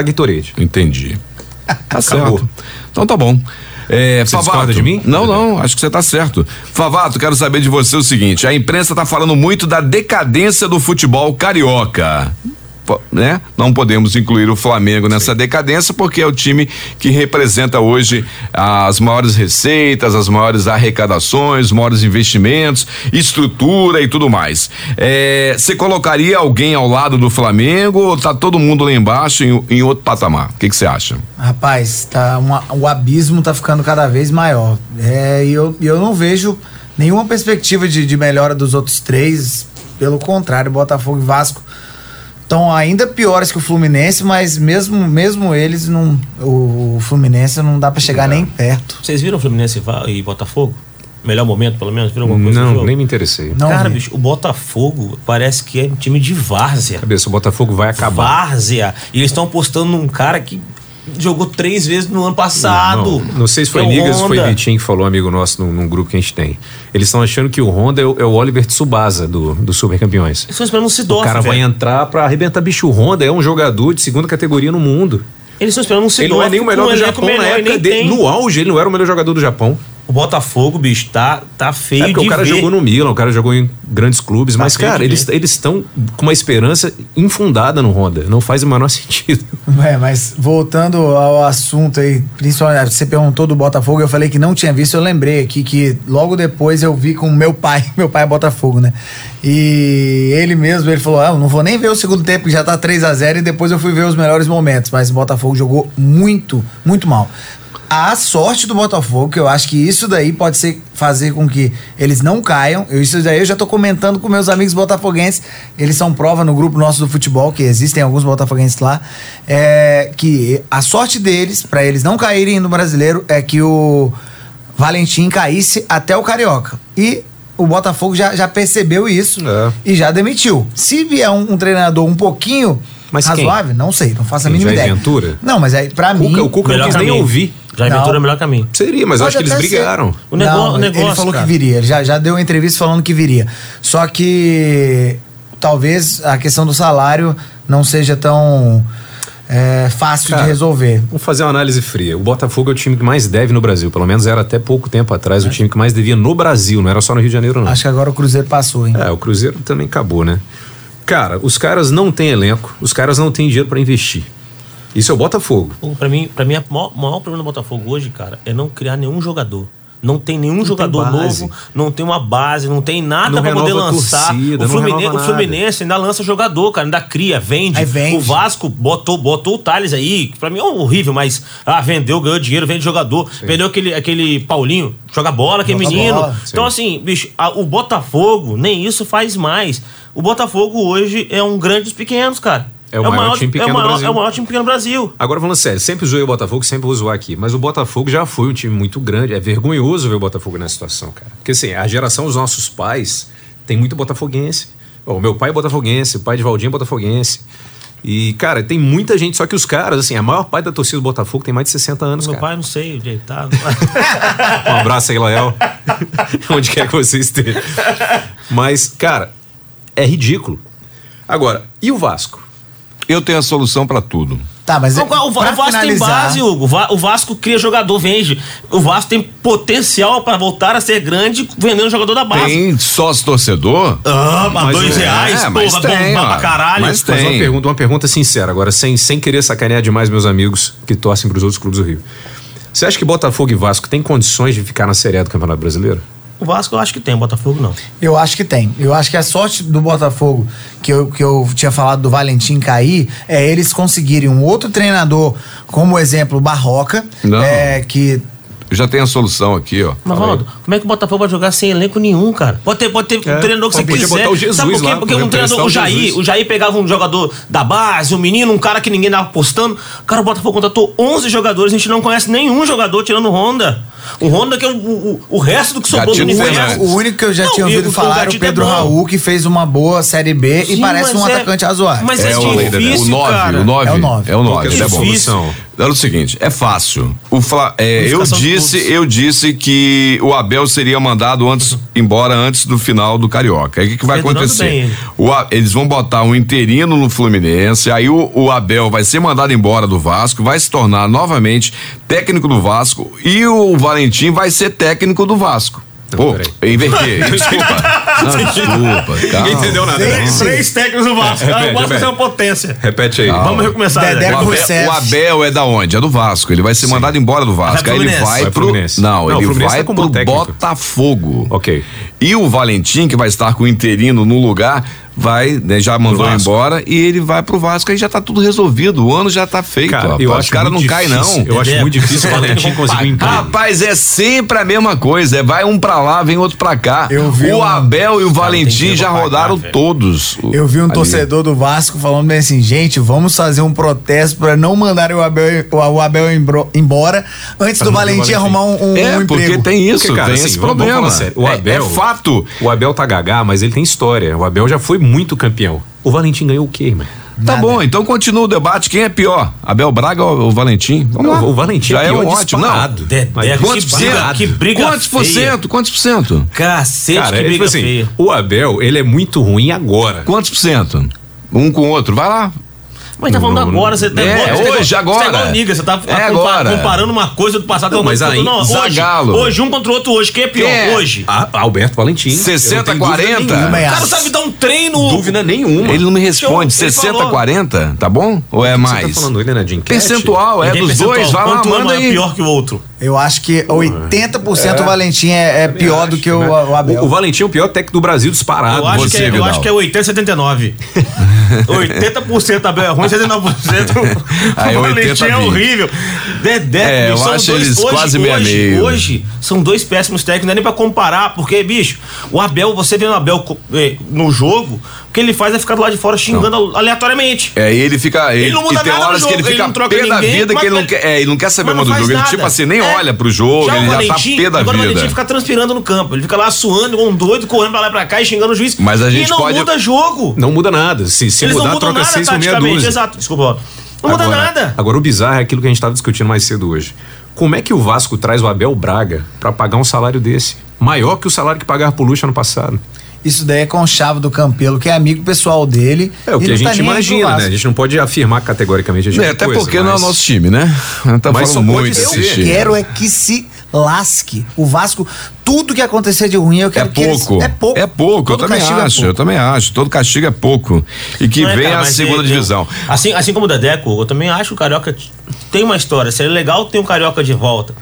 [SPEAKER 3] Gatorade.
[SPEAKER 1] Entendi. Tá
[SPEAKER 3] Acabou.
[SPEAKER 1] certo. Então tá bom. É,
[SPEAKER 3] Você discorda de mim?
[SPEAKER 1] Não, não, acho que você tá certo. Favato, quero saber de você o seguinte: a imprensa tá falando muito da decadência do futebol carioca. Po- Né? Não podemos incluir o Flamengo nessa decadência, porque é o time que representa hoje as maiores receitas, as maiores arrecadações, os maiores investimentos, estrutura e tudo mais. É, Você colocaria alguém ao lado do Flamengo ou tá todo mundo lá embaixo em, em outro patamar? O que que você acha?
[SPEAKER 2] Rapaz, tá uma- o abismo tá ficando cada vez maior. É, e eu, e eu não vejo nenhuma perspectiva de, de melhora dos outros três. Pelo contrário, Botafogo e Vasco estão ainda piores que o Fluminense, mas mesmo, mesmo eles, não, o Fluminense não dá pra chegar nem perto.
[SPEAKER 4] Vocês viram Fluminense e Va- e Botafogo? Melhor momento, pelo menos? Viu alguma coisa do
[SPEAKER 3] Não,
[SPEAKER 4] jogo?
[SPEAKER 3] nem me interessei.
[SPEAKER 2] Não
[SPEAKER 4] Cara,
[SPEAKER 2] vi.
[SPEAKER 4] bicho, o Botafogo parece que é um time de várzea.
[SPEAKER 3] Cabeça, o Botafogo vai acabar.
[SPEAKER 4] Várzea. E eles estão postando num cara que jogou três vezes no ano passado.
[SPEAKER 3] Não, não sei se foi
[SPEAKER 4] Que é o
[SPEAKER 3] Nigas ou foi
[SPEAKER 4] Honda.
[SPEAKER 3] Vitinho que falou, amigo nosso, num, num grupo que a gente tem. Eles estão achando que o Honda é o, é o Oliver Tsubasa do, do Super Campeões.
[SPEAKER 4] Eles estão esperando um Sidorf,
[SPEAKER 3] O cara vai
[SPEAKER 4] velho.
[SPEAKER 3] entrar pra arrebentar bicho. O Honda é um jogador de segunda categoria no mundo.
[SPEAKER 4] Eles estão esperando um Sidorf.
[SPEAKER 3] Ele não é nem o
[SPEAKER 4] com um
[SPEAKER 3] melhor do
[SPEAKER 4] elenco
[SPEAKER 3] Japão na
[SPEAKER 4] menor, e
[SPEAKER 3] época
[SPEAKER 4] nem
[SPEAKER 3] dele.
[SPEAKER 4] tem.
[SPEAKER 3] No auge, ele não era o melhor jogador do Japão.
[SPEAKER 4] O Botafogo, bicho, tá, tá feio
[SPEAKER 3] É porque
[SPEAKER 4] de
[SPEAKER 3] o cara
[SPEAKER 4] ver.
[SPEAKER 3] jogou no Milan, o cara jogou em grandes clubes, mas,
[SPEAKER 4] feio
[SPEAKER 3] cara,
[SPEAKER 4] de
[SPEAKER 3] eles eles estão com uma esperança infundada no Honda. Não faz o menor sentido.
[SPEAKER 2] É, mas voltando ao assunto aí, principalmente, você perguntou do Botafogo, eu falei que não tinha visto, eu lembrei aqui que logo depois eu vi com meu pai, meu pai é Botafogo, né? E ele mesmo, ele falou, ah, eu não vou nem ver o segundo tempo, que já tá 3 a 0 e depois eu fui ver os melhores momentos, mas o Botafogo jogou muito, muito mal. A sorte do Botafogo, que eu acho que isso daí pode ser fazer com que eles não caiam. Eu, isso daí eu já tô comentando com meus amigos botafoguenses. Eles são prova no grupo nosso do futebol, que existem alguns botafoguenses lá. É, que a sorte deles, pra eles não caírem no brasileiro, é que o Valentim caísse até o Carioca. E o Botafogo já, já percebeu isso
[SPEAKER 3] É.
[SPEAKER 2] e já demitiu. Se vier um, um treinador um pouquinho
[SPEAKER 3] Mas quem?
[SPEAKER 2] razoável, não sei, não faço a
[SPEAKER 3] Quem?
[SPEAKER 2] mínima
[SPEAKER 3] Jair
[SPEAKER 2] ideia.
[SPEAKER 3] Ventura?
[SPEAKER 2] Não, mas aí, pra mim.
[SPEAKER 3] Cuca- o Cuca não
[SPEAKER 4] Melhor
[SPEAKER 3] quis nem
[SPEAKER 4] caminho.
[SPEAKER 3] ouvir.
[SPEAKER 4] Já
[SPEAKER 2] Não.
[SPEAKER 4] aventura é o melhor caminho.
[SPEAKER 3] Seria, mas eu acho que
[SPEAKER 2] Pode
[SPEAKER 3] eles
[SPEAKER 2] até ser.
[SPEAKER 3] brigaram.
[SPEAKER 4] O nego- o
[SPEAKER 2] ele
[SPEAKER 4] negócio,
[SPEAKER 2] falou
[SPEAKER 4] cara.
[SPEAKER 2] que viria, ele já, já deu uma entrevista falando que viria. Só que talvez a questão do salário não seja tão é, fácil
[SPEAKER 3] Cara,
[SPEAKER 2] de resolver.
[SPEAKER 3] Vamos fazer uma análise fria. O Botafogo é o time que mais deve no Brasil. Pelo menos era até pouco tempo atrás
[SPEAKER 4] É.
[SPEAKER 3] o time que mais devia no Brasil. Não era só no Rio de Janeiro, não.
[SPEAKER 2] Acho que agora o Cruzeiro passou, hein?
[SPEAKER 3] É, o Cruzeiro também acabou, né? Cara, os caras não têm elenco, os caras não têm dinheiro pra investir. Isso é o Botafogo.
[SPEAKER 4] Pô, Pra mim, pra mim a maior- o maior problema do Botafogo hoje, cara, é não criar nenhum jogador. Não tem nenhum jogador
[SPEAKER 3] base.
[SPEAKER 4] novo, não tem uma base, não tem nada
[SPEAKER 3] Não
[SPEAKER 4] pra poder
[SPEAKER 3] renova a
[SPEAKER 4] lançar.
[SPEAKER 3] torcida,
[SPEAKER 4] o,
[SPEAKER 3] não
[SPEAKER 4] Fluminense,
[SPEAKER 3] renova
[SPEAKER 4] o
[SPEAKER 3] nada.
[SPEAKER 4] Fluminense ainda lança jogador, cara, ainda cria, vende.
[SPEAKER 2] Aí vende.
[SPEAKER 4] O Vasco botou, botou o Thales aí, que pra mim é horrível, mas ah, vendeu, ganhou dinheiro, vende jogador. Vendeu aquele, aquele Paulinho, joga bola, aquele
[SPEAKER 2] Joga
[SPEAKER 4] menino.
[SPEAKER 2] bola,
[SPEAKER 4] então, assim, bicho, a- o Botafogo nem isso faz mais. O Botafogo hoje é um grande dos pequenos, cara.
[SPEAKER 3] É o maior time pequeno
[SPEAKER 4] é o
[SPEAKER 3] do
[SPEAKER 4] maior,
[SPEAKER 3] Brasil.
[SPEAKER 4] É o maior time pequeno do Brasil.
[SPEAKER 3] Agora falando sério, sempre zoei o Botafogo, sempre vou zoar aqui. Mas o Botafogo já foi um time muito grande. É vergonhoso ver o Botafogo nessa situação, cara. Porque assim, a geração dos nossos pais tem muito botafoguense. Ó, O meu pai é botafoguense, o pai de Valdinho é botafoguense. E, cara, tem muita gente, só que os caras, assim, a maior parte da torcida do Botafogo tem mais de 60 anos,
[SPEAKER 4] Meu
[SPEAKER 3] cara.
[SPEAKER 4] pai, não sei onde ele tá.
[SPEAKER 3] Um abraço aí, Lael. Onde quer que você esteja. Mas, cara, é ridículo. Agora, e o Vasco?
[SPEAKER 1] Eu tenho a solução pra tudo.
[SPEAKER 2] Tá, mas
[SPEAKER 4] O, o- o
[SPEAKER 2] pra
[SPEAKER 4] Vasco tem
[SPEAKER 2] finalizar-
[SPEAKER 4] base, Hugo. O Va- O Vasco cria jogador, vende. O Vasco tem potencial pra voltar a ser grande vendendo jogador da base.
[SPEAKER 1] Tem sócio torcedor?
[SPEAKER 4] Ah, mas
[SPEAKER 1] Mas
[SPEAKER 4] dois
[SPEAKER 1] é,
[SPEAKER 4] reais, pô,
[SPEAKER 1] mas
[SPEAKER 4] vai
[SPEAKER 1] tem,
[SPEAKER 4] bombar
[SPEAKER 1] ó.
[SPEAKER 4] pra caralho.
[SPEAKER 1] Mas
[SPEAKER 3] Mas uma
[SPEAKER 1] Tem.
[SPEAKER 3] pergunta, uma pergunta sincera agora, sem, sem querer sacanear demais meus amigos que torcem pros outros clubes do Rio. Você acha que Botafogo e Vasco têm condições de ficar na Série A do Campeonato Brasileiro?
[SPEAKER 4] O Vasco eu acho que tem, o Botafogo não.
[SPEAKER 2] Eu acho que tem. Eu acho que a sorte do Botafogo, que eu, que eu tinha falado do Valentim cair, é eles conseguirem um outro treinador, como exemplo, o Barroca,
[SPEAKER 1] Não.
[SPEAKER 2] é, que
[SPEAKER 1] Eu já tenho a solução aqui, ó.
[SPEAKER 4] Mas,
[SPEAKER 3] Fala aí.
[SPEAKER 4] Valdo, como é que o Botafogo vai jogar sem elenco nenhum, cara? Pode ter, pode ter
[SPEAKER 3] É,
[SPEAKER 4] um treinador que você
[SPEAKER 3] podia
[SPEAKER 4] quiser.
[SPEAKER 3] botar o Jesus
[SPEAKER 4] Sabe por quê?
[SPEAKER 3] lá,
[SPEAKER 4] Porque um
[SPEAKER 3] podia
[SPEAKER 4] treinador,
[SPEAKER 3] emprestar
[SPEAKER 4] o
[SPEAKER 3] o
[SPEAKER 4] Jair,
[SPEAKER 3] Jesus.
[SPEAKER 4] o Jair pegava um jogador da base, um menino, um cara que ninguém tava apostando. Cara, o Botafogo contratou 11 jogadores, a gente não conhece nenhum jogador tirando o Honda. O Honda que é o, o, o resto do que sobrou
[SPEAKER 1] Gatito
[SPEAKER 4] do
[SPEAKER 1] Fernandes.
[SPEAKER 4] universo.
[SPEAKER 2] O único que eu já
[SPEAKER 4] Ah, Não,
[SPEAKER 2] tinha
[SPEAKER 4] e
[SPEAKER 2] ouvido
[SPEAKER 4] o- o
[SPEAKER 2] falar era o
[SPEAKER 4] Gatito é
[SPEAKER 2] Pedro
[SPEAKER 4] bom.
[SPEAKER 2] Raul, que fez uma boa Série B e
[SPEAKER 4] Sim,
[SPEAKER 2] parece
[SPEAKER 4] mas
[SPEAKER 2] um
[SPEAKER 4] é-
[SPEAKER 2] atacante razoável.
[SPEAKER 4] mas é
[SPEAKER 1] É o,
[SPEAKER 4] difícil,
[SPEAKER 1] o 9,
[SPEAKER 4] cara.
[SPEAKER 1] o 9.
[SPEAKER 2] É o nove.
[SPEAKER 1] É o
[SPEAKER 3] Qual que
[SPEAKER 1] 9,
[SPEAKER 3] é
[SPEAKER 1] é
[SPEAKER 3] a
[SPEAKER 1] bom.
[SPEAKER 3] solução?
[SPEAKER 1] Era o seguinte, é fácil. O Fla- é, eu
[SPEAKER 4] Unificação de
[SPEAKER 1] disse,
[SPEAKER 4] todos.
[SPEAKER 1] eu disse que o Abel seria mandado antes, embora antes do final do Carioca. Aí o que, que vai
[SPEAKER 4] Fernando bem,
[SPEAKER 1] acontecer?
[SPEAKER 4] ele.
[SPEAKER 1] O A- eles vão botar um interino no Fluminense, aí o, o Abel vai ser mandado embora do Vasco, vai se tornar novamente técnico do Vasco e o Valentim vai ser técnico do Vasco. Pô,
[SPEAKER 3] peraí.
[SPEAKER 1] eu inverti. Desculpa. Não, desculpa. Calma.
[SPEAKER 3] nada.
[SPEAKER 1] né?
[SPEAKER 4] Três, três técnicos do Vasco. Ah,
[SPEAKER 3] Repete,
[SPEAKER 4] o Vasco
[SPEAKER 3] repete.
[SPEAKER 4] é uma potência.
[SPEAKER 3] Repete aí.
[SPEAKER 4] Vamos recomeçar.
[SPEAKER 2] Dedé
[SPEAKER 4] Dedé.
[SPEAKER 2] com-
[SPEAKER 1] O Abel,
[SPEAKER 2] Rousseff.
[SPEAKER 1] o Abel é da onde? É do Vasco. Ele vai ser mandado embora do Vasco.
[SPEAKER 4] pro
[SPEAKER 1] Aí ele
[SPEAKER 4] Fluminense.
[SPEAKER 1] vai
[SPEAKER 3] Vai pro
[SPEAKER 1] pro.
[SPEAKER 3] Fluminense.
[SPEAKER 1] Não,
[SPEAKER 3] Não, o
[SPEAKER 1] ele
[SPEAKER 3] Fluminense
[SPEAKER 1] vai
[SPEAKER 3] tá com um
[SPEAKER 1] pro
[SPEAKER 3] bom técnico.
[SPEAKER 1] Botafogo.
[SPEAKER 3] Ok.
[SPEAKER 1] E o Valentim, que vai estar com o interino no lugar, vai, né, já mandou
[SPEAKER 3] Vasco.
[SPEAKER 1] embora e ele vai pro Vasco. Aí já tá tudo resolvido, o ano já tá feito.
[SPEAKER 3] Cara,
[SPEAKER 1] rapaz.
[SPEAKER 3] eu acho
[SPEAKER 1] o cara não
[SPEAKER 3] muito
[SPEAKER 1] cai,
[SPEAKER 3] difícil.
[SPEAKER 1] não.
[SPEAKER 3] Eu acho
[SPEAKER 4] Dedé.
[SPEAKER 3] muito difícil o Valentim conseguir um emprego.
[SPEAKER 1] Rapaz, é sempre a mesma coisa. É vai um pra lá, vem outro pra cá.
[SPEAKER 5] Eu vi
[SPEAKER 1] o
[SPEAKER 5] um-
[SPEAKER 1] Abel e o
[SPEAKER 4] tem
[SPEAKER 1] Valentim
[SPEAKER 4] dinheiro
[SPEAKER 1] já
[SPEAKER 4] pra pagar,
[SPEAKER 1] rodaram
[SPEAKER 4] velho.
[SPEAKER 1] todos.
[SPEAKER 5] Eu vi um
[SPEAKER 1] Ali.
[SPEAKER 5] torcedor do Vasco falando bem assim, gente, vamos fazer um protesto pra não mandarem o Abel, o, o Abel embro- embora antes do
[SPEAKER 3] não mandar o
[SPEAKER 5] Valentim
[SPEAKER 3] Valentim.
[SPEAKER 5] arrumar um, um,
[SPEAKER 1] É,
[SPEAKER 5] um
[SPEAKER 1] porque
[SPEAKER 5] emprego.
[SPEAKER 1] tem isso,
[SPEAKER 3] Porque, cara,
[SPEAKER 1] tem
[SPEAKER 3] assim,
[SPEAKER 1] esse
[SPEAKER 3] vamos- vamos
[SPEAKER 1] problema.
[SPEAKER 3] falar sério. O
[SPEAKER 1] É-
[SPEAKER 3] Abel,
[SPEAKER 1] é fato.
[SPEAKER 3] O Abel tá gagá, mas ele tem história. O Abel já foi muito campeão. O Valentim ganhou o quê, irmão?
[SPEAKER 1] Tá bom, então continua o debate. Quem é pior? Abel Braga ou ou Valentim? Vamos lá.
[SPEAKER 3] O Valentim
[SPEAKER 1] já
[SPEAKER 3] é,
[SPEAKER 1] é
[SPEAKER 3] pior
[SPEAKER 1] um ótimo. Não.
[SPEAKER 3] disparado.
[SPEAKER 4] Dedé,
[SPEAKER 3] Mas
[SPEAKER 1] Quantos
[SPEAKER 4] É, Que
[SPEAKER 1] por
[SPEAKER 4] briga-
[SPEAKER 1] cento?
[SPEAKER 4] que briga
[SPEAKER 1] Quantos por
[SPEAKER 4] feia.
[SPEAKER 1] cento? Quantos por cento?
[SPEAKER 4] Cacete,
[SPEAKER 3] Cara,
[SPEAKER 4] que
[SPEAKER 3] é, tipo
[SPEAKER 4] briga
[SPEAKER 3] assim,
[SPEAKER 4] feia.
[SPEAKER 3] o Abel, ele é muito ruim agora.
[SPEAKER 1] Quantos por cento? Um com o outro. Vai lá.
[SPEAKER 4] Mas tá falando agora, você tá
[SPEAKER 1] É,
[SPEAKER 4] agora,
[SPEAKER 1] hoje,
[SPEAKER 4] você tá igual-
[SPEAKER 1] agora.
[SPEAKER 4] Você tá igual nigga, você tá, tá
[SPEAKER 1] É
[SPEAKER 4] compa-
[SPEAKER 1] agora.
[SPEAKER 4] comparando uma coisa do passado
[SPEAKER 3] Não,
[SPEAKER 4] com uma
[SPEAKER 3] mas
[SPEAKER 4] coisa do-
[SPEAKER 3] aí,
[SPEAKER 4] não, hoje,
[SPEAKER 1] Zagalo.
[SPEAKER 4] hoje, um contra o outro hoje. Quem é pior?
[SPEAKER 1] Quem é?
[SPEAKER 4] Hoje.
[SPEAKER 3] A- Ah, Alberto Valentim.
[SPEAKER 1] 60,
[SPEAKER 3] Eu não tenho dúvida
[SPEAKER 1] 40.
[SPEAKER 4] O
[SPEAKER 5] Também
[SPEAKER 3] nenhuma.
[SPEAKER 4] cara
[SPEAKER 5] acho.
[SPEAKER 4] sabe dar um treino.
[SPEAKER 3] Dúvida nenhuma.
[SPEAKER 1] Ele não me
[SPEAKER 4] Ele
[SPEAKER 1] responde. 60,
[SPEAKER 4] falou.
[SPEAKER 1] 40? Tá bom? Ou é
[SPEAKER 3] Você
[SPEAKER 1] mais?
[SPEAKER 3] tá falando ele
[SPEAKER 4] né,
[SPEAKER 3] na de enquete?
[SPEAKER 1] Percentual, é
[SPEAKER 4] Ninguém
[SPEAKER 1] dos
[SPEAKER 4] percentual.
[SPEAKER 1] dois. Vai lá,
[SPEAKER 4] Quanto um
[SPEAKER 1] manda
[SPEAKER 4] é
[SPEAKER 1] aí.
[SPEAKER 4] pior que o outro.
[SPEAKER 5] Eu acho que 80% o Valentim é, é pior do que o, o Abel.
[SPEAKER 3] O, o Valentim é o pior técnico do Brasil disparado.
[SPEAKER 4] Eu acho, que é, eu
[SPEAKER 1] Vidal.
[SPEAKER 4] acho que é 80 79. 80% Abel é ruim, 79%
[SPEAKER 1] Aí,
[SPEAKER 4] o Valentim
[SPEAKER 1] 80
[SPEAKER 4] é horrível. Dedé,
[SPEAKER 1] É, eu
[SPEAKER 4] bicho, são
[SPEAKER 1] acho
[SPEAKER 4] dois,
[SPEAKER 1] eles
[SPEAKER 4] hoje,
[SPEAKER 1] quase meia
[SPEAKER 4] hoje,
[SPEAKER 1] meio.
[SPEAKER 4] hoje são dois péssimos técnicos, não é nem pra comparar, porque, bicho, o Abel, você vendo o Abel co- eh, no jogo, o que ele faz é ficar do lado de fora xingando aleatoriamente.
[SPEAKER 1] É, e ele fica. Ele,
[SPEAKER 4] não muda
[SPEAKER 1] e tem
[SPEAKER 4] nada no
[SPEAKER 1] horas que
[SPEAKER 4] jogo,
[SPEAKER 1] ele
[SPEAKER 4] ele
[SPEAKER 1] fica
[SPEAKER 4] não troca
[SPEAKER 1] pé da
[SPEAKER 4] ninguém,
[SPEAKER 1] vida, que
[SPEAKER 4] mas
[SPEAKER 1] ele não
[SPEAKER 4] ele-
[SPEAKER 1] quer, é, ele não quer saber
[SPEAKER 4] Mas não
[SPEAKER 1] mais do
[SPEAKER 4] faz
[SPEAKER 1] jogo. Ele,
[SPEAKER 4] nada.
[SPEAKER 1] tipo assim, nem
[SPEAKER 4] É.
[SPEAKER 1] olha pro jogo,
[SPEAKER 4] o
[SPEAKER 1] ele já tá
[SPEAKER 4] Valentim-
[SPEAKER 1] pé da
[SPEAKER 4] Agora o Valentim
[SPEAKER 1] vida.
[SPEAKER 4] fica transpirando no campo. Ele fica lá suando, igual um doido, correndo pra lá e pra cá e xingando o juiz.
[SPEAKER 1] Mas a gente
[SPEAKER 4] e não
[SPEAKER 1] pode-
[SPEAKER 4] muda jogo.
[SPEAKER 3] Não muda nada. Se, se
[SPEAKER 4] Eles
[SPEAKER 3] mudar,
[SPEAKER 4] não mudam
[SPEAKER 3] troca
[SPEAKER 4] nada
[SPEAKER 3] seis por meia
[SPEAKER 4] taticamente.
[SPEAKER 3] dúzia.
[SPEAKER 4] Exato, desculpa. Paulo. Não muda
[SPEAKER 3] agora,
[SPEAKER 4] nada.
[SPEAKER 3] Agora, o bizarro é aquilo que a gente estava discutindo mais cedo hoje. Como é que o Vasco traz o Abel Braga para pagar um salário desse? Maior que o salário que pagava pro Luxo ano passado.
[SPEAKER 5] Isso daí é com o Chavo do Campelo, que é amigo pessoal dele.
[SPEAKER 3] É o
[SPEAKER 5] e
[SPEAKER 3] que a
[SPEAKER 5] não tá
[SPEAKER 3] gente
[SPEAKER 5] nem aí pro
[SPEAKER 3] imagina, né?
[SPEAKER 5] Vasco.
[SPEAKER 3] A gente não pode afirmar categoricamente a gente
[SPEAKER 1] É, até porque não é o nosso time, né? Tá
[SPEAKER 3] Mas só
[SPEAKER 1] falando
[SPEAKER 3] pode
[SPEAKER 1] muito
[SPEAKER 3] ser.
[SPEAKER 1] desse
[SPEAKER 5] Eu
[SPEAKER 1] time.
[SPEAKER 5] quero é que se lasque. O Vasco, tudo que acontecer de ruim, eu
[SPEAKER 1] É
[SPEAKER 5] quero que eles-
[SPEAKER 1] pouco.
[SPEAKER 5] é pouco.
[SPEAKER 1] eu
[SPEAKER 5] Todo
[SPEAKER 1] também
[SPEAKER 5] castigo é
[SPEAKER 1] acho,
[SPEAKER 5] pouco.
[SPEAKER 1] eu também acho. Todo castigo é pouco. E que
[SPEAKER 4] Não é,
[SPEAKER 1] venha
[SPEAKER 4] cara,
[SPEAKER 1] a
[SPEAKER 4] mas
[SPEAKER 1] segunda
[SPEAKER 4] eu-
[SPEAKER 1] divisão.
[SPEAKER 4] eu- assim, assim como o Dedeco, eu também acho que o Carioca t- tem uma história. Seria legal ter um Carioca de volta.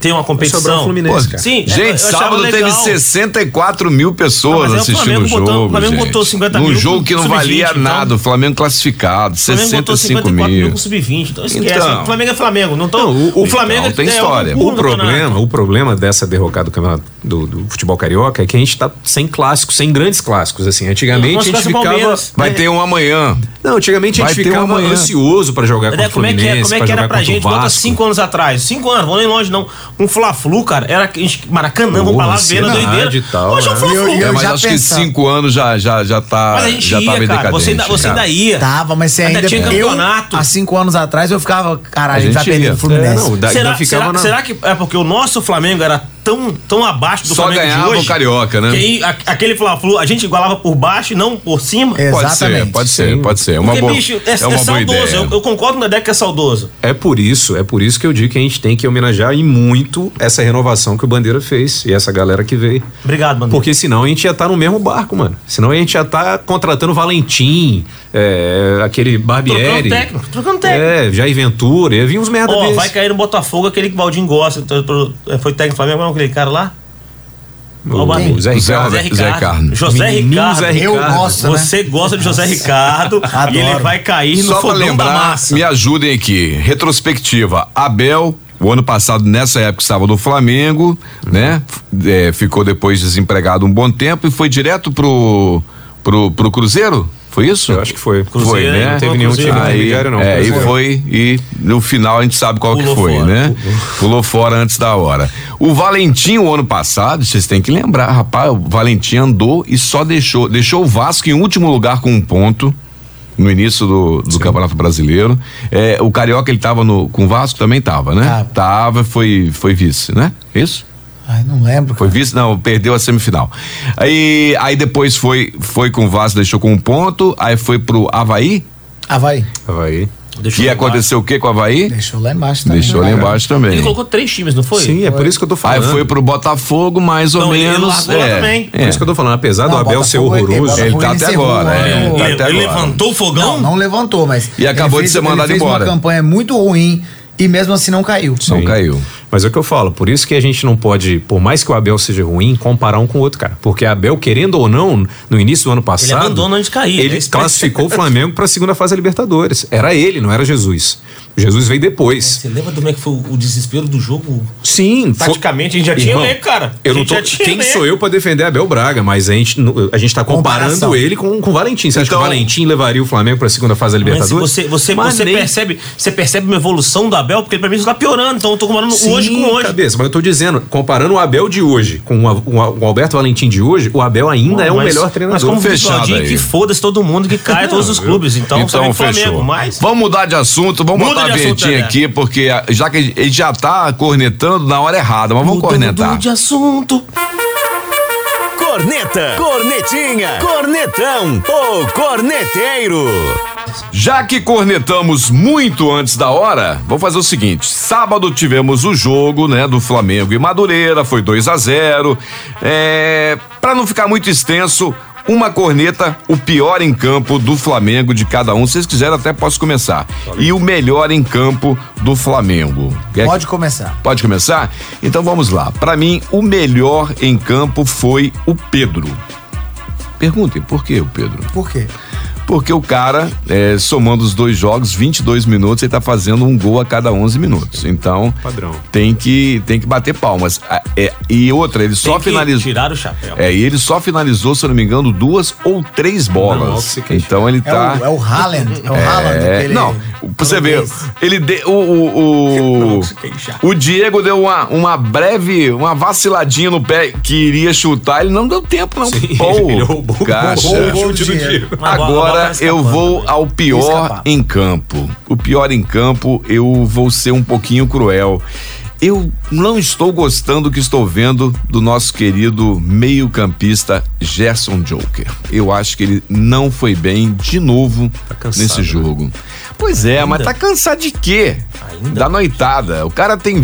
[SPEAKER 4] Tem uma
[SPEAKER 3] sobrar
[SPEAKER 4] competição.
[SPEAKER 3] um Fluminense, cara.
[SPEAKER 4] Sim, é,
[SPEAKER 1] Gente,
[SPEAKER 4] eu- eu achava
[SPEAKER 1] sábado teve
[SPEAKER 4] legal.
[SPEAKER 1] 64 mil pessoas
[SPEAKER 4] Não, mas é o
[SPEAKER 1] assistindo o
[SPEAKER 4] Flamengo
[SPEAKER 1] jogo.
[SPEAKER 4] botou- o Flamengo
[SPEAKER 1] gente.
[SPEAKER 4] botou 50
[SPEAKER 1] Num
[SPEAKER 4] mil
[SPEAKER 1] jogo
[SPEAKER 4] com
[SPEAKER 1] que não
[SPEAKER 4] sub-20,
[SPEAKER 1] valia
[SPEAKER 4] então.
[SPEAKER 1] nada. O Flamengo classificado,
[SPEAKER 4] O Flamengo
[SPEAKER 1] 65
[SPEAKER 4] botou 54 mil
[SPEAKER 1] mil.
[SPEAKER 4] com sub-20. Então esquece.
[SPEAKER 1] Então.
[SPEAKER 4] o Flamengo é Flamengo. Não tão, o, Flamengo
[SPEAKER 1] tem
[SPEAKER 4] é um
[SPEAKER 1] história.
[SPEAKER 4] pulo
[SPEAKER 3] Então, O
[SPEAKER 4] no campeonato.
[SPEAKER 3] problema, é o problema dessa derrocada do, campeonato- do- do futebol carioca é que a gente tá sem clássicos, sem grandes clássicos. Assim, antigamente
[SPEAKER 4] Não,
[SPEAKER 3] a
[SPEAKER 4] nós
[SPEAKER 3] gente
[SPEAKER 4] clássicos
[SPEAKER 3] ficava.
[SPEAKER 4] Palmeiras.
[SPEAKER 1] Vai ter um amanhã.
[SPEAKER 3] Não, antigamente a
[SPEAKER 1] Vai
[SPEAKER 3] gente
[SPEAKER 1] ter um
[SPEAKER 3] ficava
[SPEAKER 1] amanhã.
[SPEAKER 3] ansioso pra jogar
[SPEAKER 4] Dedé,
[SPEAKER 3] contra o
[SPEAKER 4] como é que, é,
[SPEAKER 3] Fluminense,
[SPEAKER 4] como é
[SPEAKER 3] pra
[SPEAKER 4] que
[SPEAKER 3] jogar
[SPEAKER 4] era pra
[SPEAKER 3] contra o
[SPEAKER 4] gente conta
[SPEAKER 3] Vasco.
[SPEAKER 4] cinco anos atrás? Cinco anos, vou nem longe não. Um Fla-Flu, cara, era que a gente- Maracanã, vamos pra lá, ver a
[SPEAKER 3] ansiedade
[SPEAKER 4] doideira.
[SPEAKER 3] e tal,
[SPEAKER 4] Hoje é um
[SPEAKER 3] né?
[SPEAKER 4] Fla-Flu.
[SPEAKER 5] Eu
[SPEAKER 1] é, mas
[SPEAKER 5] já
[SPEAKER 1] acho
[SPEAKER 5] pensava.
[SPEAKER 1] que cinco anos já, já, já tá.
[SPEAKER 4] Mas a gente
[SPEAKER 1] já tava em
[SPEAKER 4] ia, cara.
[SPEAKER 1] decadência.
[SPEAKER 4] Você ainda, você
[SPEAKER 1] cara.
[SPEAKER 4] ainda é ia.
[SPEAKER 2] Tá.
[SPEAKER 5] Tava, mas você
[SPEAKER 4] Até
[SPEAKER 5] ainda.
[SPEAKER 4] tinha
[SPEAKER 5] eu,
[SPEAKER 4] campeonato.
[SPEAKER 5] há cinco anos atrás eu ficava, caralho, a gente
[SPEAKER 1] A
[SPEAKER 5] vai
[SPEAKER 1] gente
[SPEAKER 5] perder
[SPEAKER 1] ia.
[SPEAKER 5] o Fluminense.
[SPEAKER 3] É, não, da-
[SPEAKER 4] será,
[SPEAKER 3] ainda ficava
[SPEAKER 4] será-
[SPEAKER 3] na-
[SPEAKER 4] será que é porque o nosso Flamengo era tão, tão abaixo do
[SPEAKER 1] Só
[SPEAKER 4] Flamengo
[SPEAKER 1] ganhava
[SPEAKER 4] de hoje?
[SPEAKER 1] o Carioca, né?
[SPEAKER 4] Que aí, a- aquele Fla-Flu, a gente igualava por baixo e não por cima.
[SPEAKER 5] É,
[SPEAKER 1] Pode
[SPEAKER 5] Exatamente.
[SPEAKER 1] ser, pode ser,
[SPEAKER 3] Sim.
[SPEAKER 1] pode ser. É uma
[SPEAKER 4] Porque,
[SPEAKER 1] boa,
[SPEAKER 4] bicho, é,
[SPEAKER 1] uma
[SPEAKER 4] é
[SPEAKER 1] boa
[SPEAKER 4] saudoso.
[SPEAKER 1] ideia.
[SPEAKER 4] Eu, eu concordo com o Dedé que é saudoso.
[SPEAKER 3] É por isso, é por isso que eu digo que a gente tem que homenagear e muito essa renovação que o Bandeira fez e essa galera que veio.
[SPEAKER 4] Obrigado, mano.
[SPEAKER 3] Porque senão a gente ia estar no mesmo barco, mano. Senão a gente ia estar contratando Valentim, é, aquele Barbieri.
[SPEAKER 4] Trocando técnico, trocando técnico.
[SPEAKER 3] É, Jair Ventura, ia vir uns merda
[SPEAKER 4] Ó,
[SPEAKER 3] desse.
[SPEAKER 4] vai cair no Botafogo aquele que o Baldinho gosta. então, pro- é, Foi técnico do Flamengo, não, aquele cara lá?
[SPEAKER 3] O-
[SPEAKER 4] Ó, Barbinho.
[SPEAKER 3] o Zé Ricardo.
[SPEAKER 1] Zé Ricardo.
[SPEAKER 4] José
[SPEAKER 3] Menininho
[SPEAKER 4] Ricardo.
[SPEAKER 3] Zé
[SPEAKER 5] Eu
[SPEAKER 3] Ricardo.
[SPEAKER 5] gosto, né?
[SPEAKER 4] Você gosta de José Ricardo e ele vai cair no
[SPEAKER 1] Só pra
[SPEAKER 4] fogão da
[SPEAKER 1] lembrar,
[SPEAKER 4] massa.
[SPEAKER 1] me ajudem aqui. Retrospectiva. Abel, o ano passado, nessa época, estava no Flamengo, né? F- é, ficou depois desempregado um bom tempo e foi direto pro, pro, pro Cruzeiro? Foi isso?
[SPEAKER 3] Eu acho que foi.
[SPEAKER 4] Cruzeiro,
[SPEAKER 1] né?
[SPEAKER 3] Não teve nenhum time
[SPEAKER 4] Cruzeiro.
[SPEAKER 3] intermediário, não.
[SPEAKER 1] É, e
[SPEAKER 3] Cruzeiro.
[SPEAKER 1] foi, e no final a gente sabe qual que
[SPEAKER 4] Pulou
[SPEAKER 1] foi,
[SPEAKER 4] fora.
[SPEAKER 1] né? Pulou fora antes da hora. O Valentim, o ano passado, vocês têm que lembrar, rapaz, o Valentim andou e só deixou, deixou o Vasco em último lugar com um ponto no início do, do Campeonato Brasileiro. É, o Carioca, ele tava no, com o Vasco também tava, né?
[SPEAKER 5] Tava.
[SPEAKER 1] Tava, foi, foi vice, né? Isso?
[SPEAKER 5] Ai, não lembro.
[SPEAKER 1] Foi
[SPEAKER 5] cara.
[SPEAKER 1] vice? Não, perdeu a semifinal. Aí, aí depois foi, foi com o Vasco, deixou com um ponto, aí foi pro Havaí,
[SPEAKER 5] Havaí.
[SPEAKER 3] Havaí.
[SPEAKER 4] Deixa eu
[SPEAKER 1] e
[SPEAKER 4] lembrar.
[SPEAKER 1] aconteceu o que com o Havaí?
[SPEAKER 5] Deixou lá embaixo também.
[SPEAKER 1] Deixou lá embaixo também.
[SPEAKER 4] Ele colocou três times, não foi?
[SPEAKER 3] Sim, é por isso que eu tô
[SPEAKER 1] Aí
[SPEAKER 3] falando.
[SPEAKER 1] foi pro Botafogo, mais ou
[SPEAKER 4] Não, ele
[SPEAKER 1] menos.
[SPEAKER 4] largou lá
[SPEAKER 1] é,
[SPEAKER 4] também.
[SPEAKER 1] é.
[SPEAKER 3] Por isso que eu tô falando, apesar do
[SPEAKER 5] Não,
[SPEAKER 3] Abel ser
[SPEAKER 5] Botafogo, ele-
[SPEAKER 3] horroroso,
[SPEAKER 1] Ele tá até
[SPEAKER 5] encerrou
[SPEAKER 1] agora,
[SPEAKER 5] o
[SPEAKER 1] é.
[SPEAKER 5] ano-
[SPEAKER 1] Tá
[SPEAKER 4] Ele,
[SPEAKER 1] até
[SPEAKER 4] ele
[SPEAKER 1] agora.
[SPEAKER 4] levantou o fogão?
[SPEAKER 5] Não, não levantou, mas.
[SPEAKER 1] E acabou
[SPEAKER 5] ele
[SPEAKER 1] de ser mandado
[SPEAKER 5] ele fez
[SPEAKER 1] embora.
[SPEAKER 5] uma campanha muito ruim e mesmo assim não caiu.
[SPEAKER 1] Não Então caiu.
[SPEAKER 3] Mas Mas é o que eu falo, por isso que a gente não pode, por mais que o Abel seja ruim, comparar um com o outro, cara. Porque Abel, querendo ou não, no início do ano passado. Ele
[SPEAKER 4] abandonou antes de cair,
[SPEAKER 3] Ele
[SPEAKER 4] né? Esse-
[SPEAKER 3] classificou o Flamengo para a segunda fase da Libertadores. Era ele, não era Jesus. Jesus veio depois.
[SPEAKER 4] Você lembra como é que foi o desespero do jogo?
[SPEAKER 3] Sim, fo-
[SPEAKER 4] Taticamente, a gente já tinha
[SPEAKER 3] Irmão,
[SPEAKER 4] elenco, cara.
[SPEAKER 3] Eu
[SPEAKER 4] A
[SPEAKER 3] não
[SPEAKER 4] gente
[SPEAKER 3] tô,
[SPEAKER 4] já tinha
[SPEAKER 3] quem
[SPEAKER 4] elenco.
[SPEAKER 3] sou eu pra defender Abel Braga? Mas a gente, não- a gente tá comparando
[SPEAKER 2] Comparação.
[SPEAKER 3] ele com com o Valentim. Você acha que o
[SPEAKER 1] Então-
[SPEAKER 3] Valentim levaria o Flamengo pra segunda fase da
[SPEAKER 4] Mas
[SPEAKER 3] Libertadores?
[SPEAKER 4] você, você,
[SPEAKER 3] Mas
[SPEAKER 4] você
[SPEAKER 3] nem-
[SPEAKER 4] percebe, você percebe uma evolução do Abel, porque pra mim isso tá piorando, então eu tô comparando
[SPEAKER 3] Sim, tá
[SPEAKER 4] hoje com hoje.
[SPEAKER 3] cabeça, mas eu tô dizendo, comparando o Abel de hoje com o, o- o Alberto Valentim de hoje, o Abel ainda é o
[SPEAKER 4] Mas-
[SPEAKER 3] melhor treinador.
[SPEAKER 4] Mas como
[SPEAKER 1] Fechado
[SPEAKER 4] fechado
[SPEAKER 1] aí.
[SPEAKER 4] que foda-se todo mundo, que caia todos os clubes. Então,
[SPEAKER 1] Então,
[SPEAKER 4] somente Flamengo,
[SPEAKER 1] fechou.
[SPEAKER 4] mas...
[SPEAKER 1] Vamos mudar de assunto, vamos
[SPEAKER 4] Muda
[SPEAKER 1] botar a
[SPEAKER 4] de assunto,
[SPEAKER 1] vinhetinha
[SPEAKER 4] Dedé.
[SPEAKER 1] aqui, porque a- já que a gente já tá cornetando na hora errada, mas vamos cornetar.
[SPEAKER 4] Mudando de assunto.
[SPEAKER 6] Corneta, cornetinha, cornetão, o corneteiro.
[SPEAKER 1] Já que cornetamos muito antes da hora, vou fazer o seguinte: sábado tivemos o jogo, né, do Flamengo e Madureira, foi 2 a 0. É, para não ficar muito extenso, uma corneta, o pior em campo do Flamengo de cada um. Se vocês quiserem, até posso começar. E o melhor em campo do Flamengo. Quer-
[SPEAKER 2] Pode começar.
[SPEAKER 1] Pode começar? Então vamos lá. Pra mim, o melhor em campo foi o Pedro. Perguntem por que o Pedro?
[SPEAKER 2] Por quê?
[SPEAKER 1] Porque o cara, é, somando os dois jogos, 22 minutos, ele tá fazendo um gol a cada 11 minutos. Então,
[SPEAKER 3] Padrão.
[SPEAKER 1] tem que tem que bater palmas. Ah, é, e outra, ele
[SPEAKER 4] Tem
[SPEAKER 1] só
[SPEAKER 4] que
[SPEAKER 1] finalizou.
[SPEAKER 4] tirar o chapéu.
[SPEAKER 1] É, e ele só finalizou, se eu não me engano, duas ou três
[SPEAKER 3] Não, é o que
[SPEAKER 1] bolas.
[SPEAKER 3] você quer.
[SPEAKER 1] então ele
[SPEAKER 2] É
[SPEAKER 1] tá.
[SPEAKER 2] o, é o Haaland. É o Haaland.
[SPEAKER 1] É,
[SPEAKER 2] aquele
[SPEAKER 1] não, pra você ver,
[SPEAKER 2] holandês.
[SPEAKER 1] ele de, o, o, o, o Diego deu uma, uma breve, uma vaciladinha no pé que iria chutar, ele não deu tempo não. Pô,
[SPEAKER 3] ele roubou o
[SPEAKER 1] caixa.
[SPEAKER 3] gol,
[SPEAKER 2] Roubou
[SPEAKER 3] chute
[SPEAKER 2] o
[SPEAKER 3] do
[SPEAKER 2] dinheiro.
[SPEAKER 3] Diego.
[SPEAKER 4] Mas a bola- a
[SPEAKER 1] É,
[SPEAKER 4] bola
[SPEAKER 1] Agora
[SPEAKER 4] tá escapando,
[SPEAKER 1] eu vou
[SPEAKER 4] né?
[SPEAKER 1] ao pior
[SPEAKER 2] Escapar.
[SPEAKER 1] em campo. O pior em campo, eu vou ser um pouquinho cruel. Eu não estou gostando do que estou vendo do nosso querido meio-campista Gerson Joker. Eu acho que ele não foi bem de novo
[SPEAKER 4] Tá
[SPEAKER 3] cansado,
[SPEAKER 1] nesse
[SPEAKER 3] né?
[SPEAKER 1] jogo. Pois é, mas tá cansado de quê?
[SPEAKER 4] Ainda?
[SPEAKER 1] Da noitada. O cara tem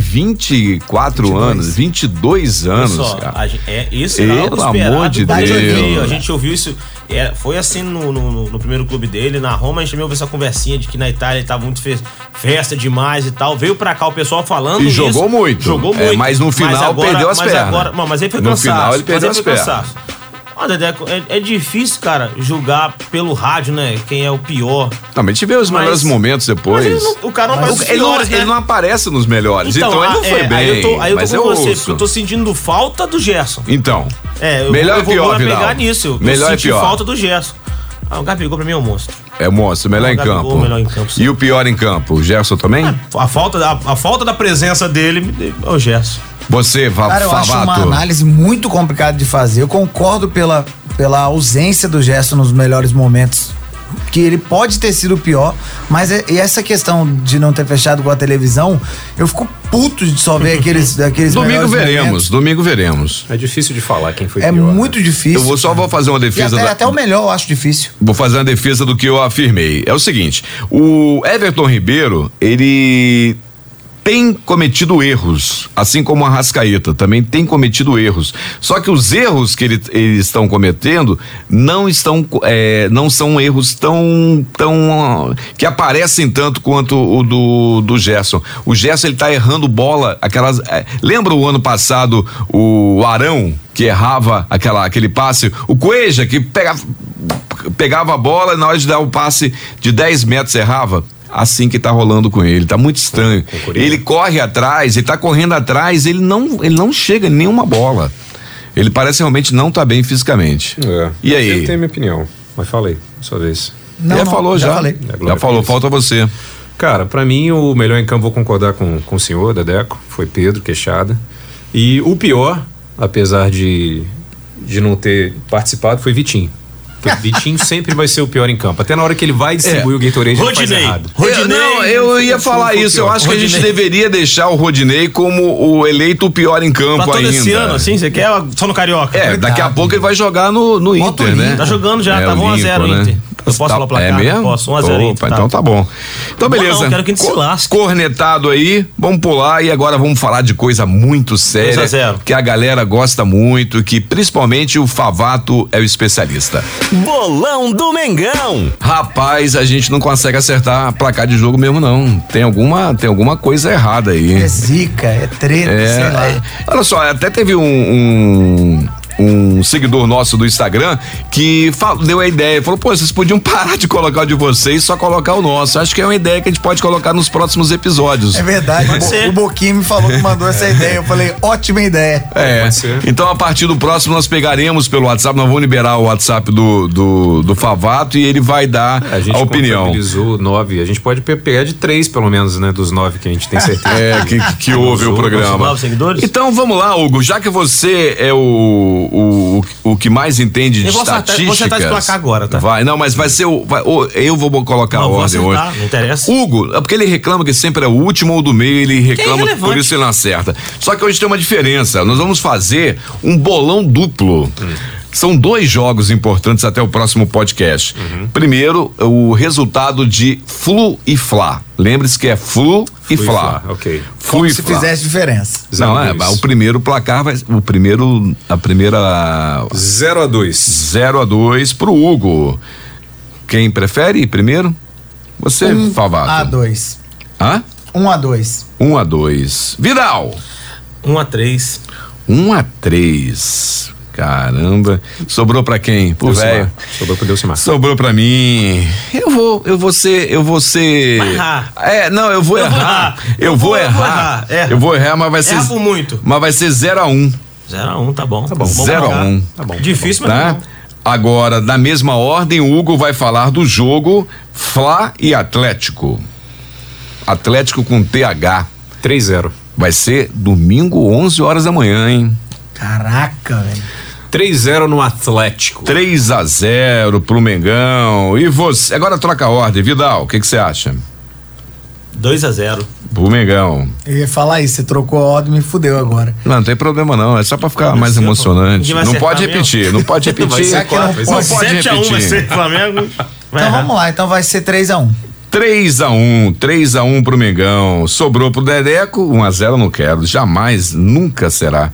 [SPEAKER 1] 24 anos, 22 anos,
[SPEAKER 4] Só,
[SPEAKER 1] cara.
[SPEAKER 4] a gen- é, isso
[SPEAKER 1] Pelo
[SPEAKER 4] era algo
[SPEAKER 1] amor
[SPEAKER 4] esperado
[SPEAKER 1] de
[SPEAKER 4] da gente
[SPEAKER 1] Deus.
[SPEAKER 4] ouvir, A gente ouviu isso. é, foi assim no, no- no- no primeiro clube dele, na Roma, a gente ouviu essa conversinha de que na Itália ele tava muito fe- festa demais e tal. Veio pra cá o pessoal falando.
[SPEAKER 1] E
[SPEAKER 4] isso,
[SPEAKER 1] jogou muito.
[SPEAKER 4] Jogou
[SPEAKER 1] É,
[SPEAKER 4] muito.
[SPEAKER 1] mas no final perdeu as
[SPEAKER 4] mas
[SPEAKER 1] pernas.
[SPEAKER 4] Agora, não, mas aí foi
[SPEAKER 1] No
[SPEAKER 4] cansaço.
[SPEAKER 1] final ele
[SPEAKER 4] mas
[SPEAKER 1] perdeu
[SPEAKER 4] aí
[SPEAKER 1] as
[SPEAKER 4] foi
[SPEAKER 1] pernas.
[SPEAKER 4] cansaço. Ó, Dedeco, é, é difícil, cara, julgar pelo rádio, né? Quem é o pior.
[SPEAKER 1] Não, mas a gente vê os
[SPEAKER 4] Mas-
[SPEAKER 1] melhores momentos depois.
[SPEAKER 4] Mas ele não- o cara não
[SPEAKER 1] Mas
[SPEAKER 4] aparece nos
[SPEAKER 1] ele, não,
[SPEAKER 4] piores, né?
[SPEAKER 1] ele não aparece nos melhores, então, ele não
[SPEAKER 4] ah,
[SPEAKER 1] foi
[SPEAKER 4] é,
[SPEAKER 1] bem.
[SPEAKER 4] Aí eu tô, aí eu tô
[SPEAKER 1] mas
[SPEAKER 4] com
[SPEAKER 1] eu
[SPEAKER 4] você,
[SPEAKER 1] ouço.
[SPEAKER 4] porque eu tô sentindo falta do Gerson.
[SPEAKER 1] Então.
[SPEAKER 4] É, eu
[SPEAKER 1] melhor
[SPEAKER 4] vou, eu
[SPEAKER 1] e
[SPEAKER 4] vou-
[SPEAKER 1] pior,
[SPEAKER 4] vou me
[SPEAKER 1] Vidal.
[SPEAKER 4] pegar nisso. Eu
[SPEAKER 1] Melhor e
[SPEAKER 4] senti
[SPEAKER 1] pior.
[SPEAKER 4] falta do Gerson. Ah, o Gabigol pra mim é um monstro.
[SPEAKER 1] É o monstro, melhor
[SPEAKER 4] Ah,
[SPEAKER 1] em
[SPEAKER 4] Gabigol,
[SPEAKER 1] campo.
[SPEAKER 4] melhor em campo, sim.
[SPEAKER 1] e o pior em campo, o Gerson também?
[SPEAKER 4] A falta, da- a, falta da presença dele me- é o Gerson.
[SPEAKER 1] Você, Va-
[SPEAKER 2] Cara, eu acho uma
[SPEAKER 1] Favato.
[SPEAKER 2] análise muito complicada de fazer. Eu concordo pela, pela ausência do Gerson nos melhores momentos. Que ele pode ter sido o pior, mas é- e essa questão de não ter fechado com a televisão, eu fico puto de só ver aqueles, aqueles
[SPEAKER 1] domingo
[SPEAKER 2] melhores
[SPEAKER 1] veremos,
[SPEAKER 2] momentos.
[SPEAKER 1] domingo veremos.
[SPEAKER 3] É difícil de falar quem foi
[SPEAKER 2] É
[SPEAKER 3] pior, né?
[SPEAKER 2] muito difícil.
[SPEAKER 1] Eu vou, só vou fazer uma
[SPEAKER 2] e
[SPEAKER 1] defesa.
[SPEAKER 2] até,
[SPEAKER 1] da-
[SPEAKER 2] até o melhor eu acho difícil.
[SPEAKER 1] Vou fazer uma defesa do que eu afirmei. É o seguinte: o Everton Ribeiro, ele tem cometido erros, assim como a Rascaeta também tem cometido erros. Só que os erros que ele- eles estão cometendo não estão eh, não são erros tão tão ah, que aparecem tanto quanto o do, do Gerson. O Gerson ele tá errando bola, aquelas eh, lembra o ano passado o Arão que errava aquela aquele passe, o Coeja que pegava pegava a bola e na hora de dar o passe de 10 metros errava. Assim que tá rolando com ele, tá muito estranho. Ele corre atrás, ele tá correndo atrás, ele não, ele não chega em nenhuma bola. Ele parece realmente não tá bem fisicamente.
[SPEAKER 3] É.
[SPEAKER 1] E
[SPEAKER 3] Eu
[SPEAKER 1] aí?
[SPEAKER 3] tenho minha opinião, mas falei, sua vez.
[SPEAKER 2] Não,
[SPEAKER 1] já
[SPEAKER 2] não,
[SPEAKER 1] falou já.
[SPEAKER 2] já falei.
[SPEAKER 1] Já
[SPEAKER 3] É, Glória a
[SPEAKER 1] falou,
[SPEAKER 3] Deus.
[SPEAKER 1] falta você.
[SPEAKER 3] Cara, pra mim o melhor em campo, vou concordar com, com o senhor, Dedeco, foi Pedro, queixada. E o pior, apesar de, de não ter participado, foi Vitinho. Porque Vitinho sempre vai ser o pior em campo. Até na hora que ele vai distribuir o Gatorade, ele faz
[SPEAKER 4] É. Rodinei.
[SPEAKER 3] errado.
[SPEAKER 1] Eu, não, eu ia falar isso. Eu acho que a gente deveria deixar o Rodinei como o eleito pior em campo
[SPEAKER 4] Pra todo
[SPEAKER 1] ainda.
[SPEAKER 4] esse ano, assim, você quer só no Carioca?
[SPEAKER 1] É, daqui a pouco ele vai jogar no, no
[SPEAKER 2] Bota o
[SPEAKER 1] Inter, né?
[SPEAKER 2] Inter.
[SPEAKER 4] Tá jogando já,
[SPEAKER 1] É,
[SPEAKER 4] tá
[SPEAKER 1] o
[SPEAKER 4] 1 a
[SPEAKER 1] Lincoln,
[SPEAKER 4] 0 o
[SPEAKER 1] né?
[SPEAKER 4] Inter. Eu posso
[SPEAKER 1] Tá-
[SPEAKER 4] falar o placar?
[SPEAKER 1] É mesmo?
[SPEAKER 4] Posso, 1 a 0
[SPEAKER 1] Opa, então tá bom. Então
[SPEAKER 4] Bom,
[SPEAKER 1] beleza.
[SPEAKER 4] não, quero que a gente se
[SPEAKER 1] Co-
[SPEAKER 4] lasque.
[SPEAKER 1] Cornetado aí, vamos pular e agora vamos falar de coisa muito séria.
[SPEAKER 4] 2 a 0.
[SPEAKER 1] Que a galera gosta muito, que principalmente o Favato é o especialista.
[SPEAKER 6] Bolão do Mengão.
[SPEAKER 1] Rapaz, a gente não consegue acertar placar de jogo mesmo não. Tem alguma, tem alguma coisa errada aí.
[SPEAKER 5] É zica, é treta, sei lá.
[SPEAKER 1] É, olha só, até teve um, um- um seguidor nosso do Instagram que fal- deu a ideia, falou, pô, vocês podiam parar de colocar o de vocês, só colocar o nosso. Acho que é uma ideia que a gente pode colocar nos próximos episódios.
[SPEAKER 5] É verdade. o Bo-
[SPEAKER 4] ser.
[SPEAKER 5] O Boquinho me falou que mandou essa ideia. Eu falei, ótima ideia.
[SPEAKER 1] É.
[SPEAKER 3] Pode ser.
[SPEAKER 1] Então, a partir do próximo, nós pegaremos pelo WhatsApp, nós vamos liberar o WhatsApp do, do, do Favato e ele vai dar
[SPEAKER 3] É, A
[SPEAKER 1] a,
[SPEAKER 3] gente
[SPEAKER 1] opinião.
[SPEAKER 3] contabilizou nove. A gente pode pe- pegar de três, pelo menos, né? Dos nove que a gente tem certeza.
[SPEAKER 1] É, que, que- que ouve o
[SPEAKER 3] Os
[SPEAKER 1] programa.
[SPEAKER 4] novos um seguidores?
[SPEAKER 1] Então vamos lá, Hugo. Já que você é o, o, o que mais entende de
[SPEAKER 4] Eu vou acertar-
[SPEAKER 1] estatísticas.
[SPEAKER 4] vou acertar esse placar agora, tá?
[SPEAKER 1] Vai, não, mas vai ser o. vai- o- eu vou bo- colocar a
[SPEAKER 4] Não, vou
[SPEAKER 1] ordem
[SPEAKER 4] acertar,
[SPEAKER 1] hoje.
[SPEAKER 4] não interessa.
[SPEAKER 1] Hugo, é porque ele reclama que sempre é o último ou do meio, ele reclama,
[SPEAKER 4] irrelevante.
[SPEAKER 1] por isso ele não acerta. Só que hoje tem uma diferença. Nós vamos fazer um bolão duplo. São dois jogos importantes até o próximo podcast.
[SPEAKER 4] Uhum.
[SPEAKER 1] Primeiro, o resultado de Flu e Fla. Lembre-se que é Flu e
[SPEAKER 3] Flu e
[SPEAKER 1] Fla.
[SPEAKER 3] Fla, ok.
[SPEAKER 1] Flu
[SPEAKER 5] Como
[SPEAKER 1] e
[SPEAKER 5] se
[SPEAKER 1] Fla.
[SPEAKER 5] fizesse diferença.
[SPEAKER 3] Zero
[SPEAKER 1] Não, é,
[SPEAKER 3] dois.
[SPEAKER 1] o primeiro placar vai. O primeiro. A primeira.
[SPEAKER 3] 0 a 2
[SPEAKER 1] 0 a 2 pro Hugo. Quem prefere ir primeiro? Você, um Favato.
[SPEAKER 5] A2.
[SPEAKER 1] Hã?
[SPEAKER 5] 1 a 2.
[SPEAKER 1] 1 a 2. Vidal!
[SPEAKER 4] 1 a 3.
[SPEAKER 1] 1 a 3. Caramba. Sobrou pra quem? Pro velho.
[SPEAKER 3] Sobrou pro Delcimar.
[SPEAKER 1] Sobrou pra mim. Eu vou, eu vou ser, eu vou ser.
[SPEAKER 4] Vai errar.
[SPEAKER 1] É, não, eu vou
[SPEAKER 4] Eu vou
[SPEAKER 1] errar.
[SPEAKER 4] errar.
[SPEAKER 1] Eu vou errar.
[SPEAKER 4] erra.
[SPEAKER 1] Eu vou errar, mas vai ser.
[SPEAKER 4] Erra por muito.
[SPEAKER 1] Mas vai ser 0 a 1.
[SPEAKER 4] 0 a 1, tá bom. Tá bom.
[SPEAKER 1] 0 a 1.
[SPEAKER 4] Tá bom. Difícil, mas tá
[SPEAKER 1] Tá?
[SPEAKER 4] bom.
[SPEAKER 1] Agora, na mesma ordem, o Hugo vai falar do jogo Fla e Atlético. Atlético com TH.
[SPEAKER 3] 3 0
[SPEAKER 1] Vai ser domingo, 11 horas da manhã, hein?
[SPEAKER 5] Caraca, velho.
[SPEAKER 3] 3 0 no Atlético.
[SPEAKER 1] 3 a 0 pro Mengão. E você? Agora troca a ordem, Vidal. O que que você acha?
[SPEAKER 4] 2 a 0.
[SPEAKER 1] Pro Mengão.
[SPEAKER 5] Eu ia falar isso, você trocou a ordem e me fudeu agora.
[SPEAKER 1] Não, não tem problema não, é só pra ficar mais
[SPEAKER 4] sei, pô.
[SPEAKER 1] emocionante.
[SPEAKER 4] Ninguém vai
[SPEAKER 1] Não
[SPEAKER 4] acertar
[SPEAKER 1] pode
[SPEAKER 4] mesmo.
[SPEAKER 1] repetir, não pode
[SPEAKER 3] Vai
[SPEAKER 1] repetir.
[SPEAKER 3] ser quatro, vai ser
[SPEAKER 1] Não
[SPEAKER 3] um.
[SPEAKER 1] pode
[SPEAKER 4] 7 a 1 vai
[SPEAKER 1] repetir. Então
[SPEAKER 4] ser Flamengo. Vai
[SPEAKER 5] Então
[SPEAKER 4] errar.
[SPEAKER 5] vamos lá, então vai ser 3 a 1.
[SPEAKER 1] 3 a 1 3 a 1 pro Mengão. Sobrou pro Dedeco, 1 a 0 não quero. Jamais, nunca será.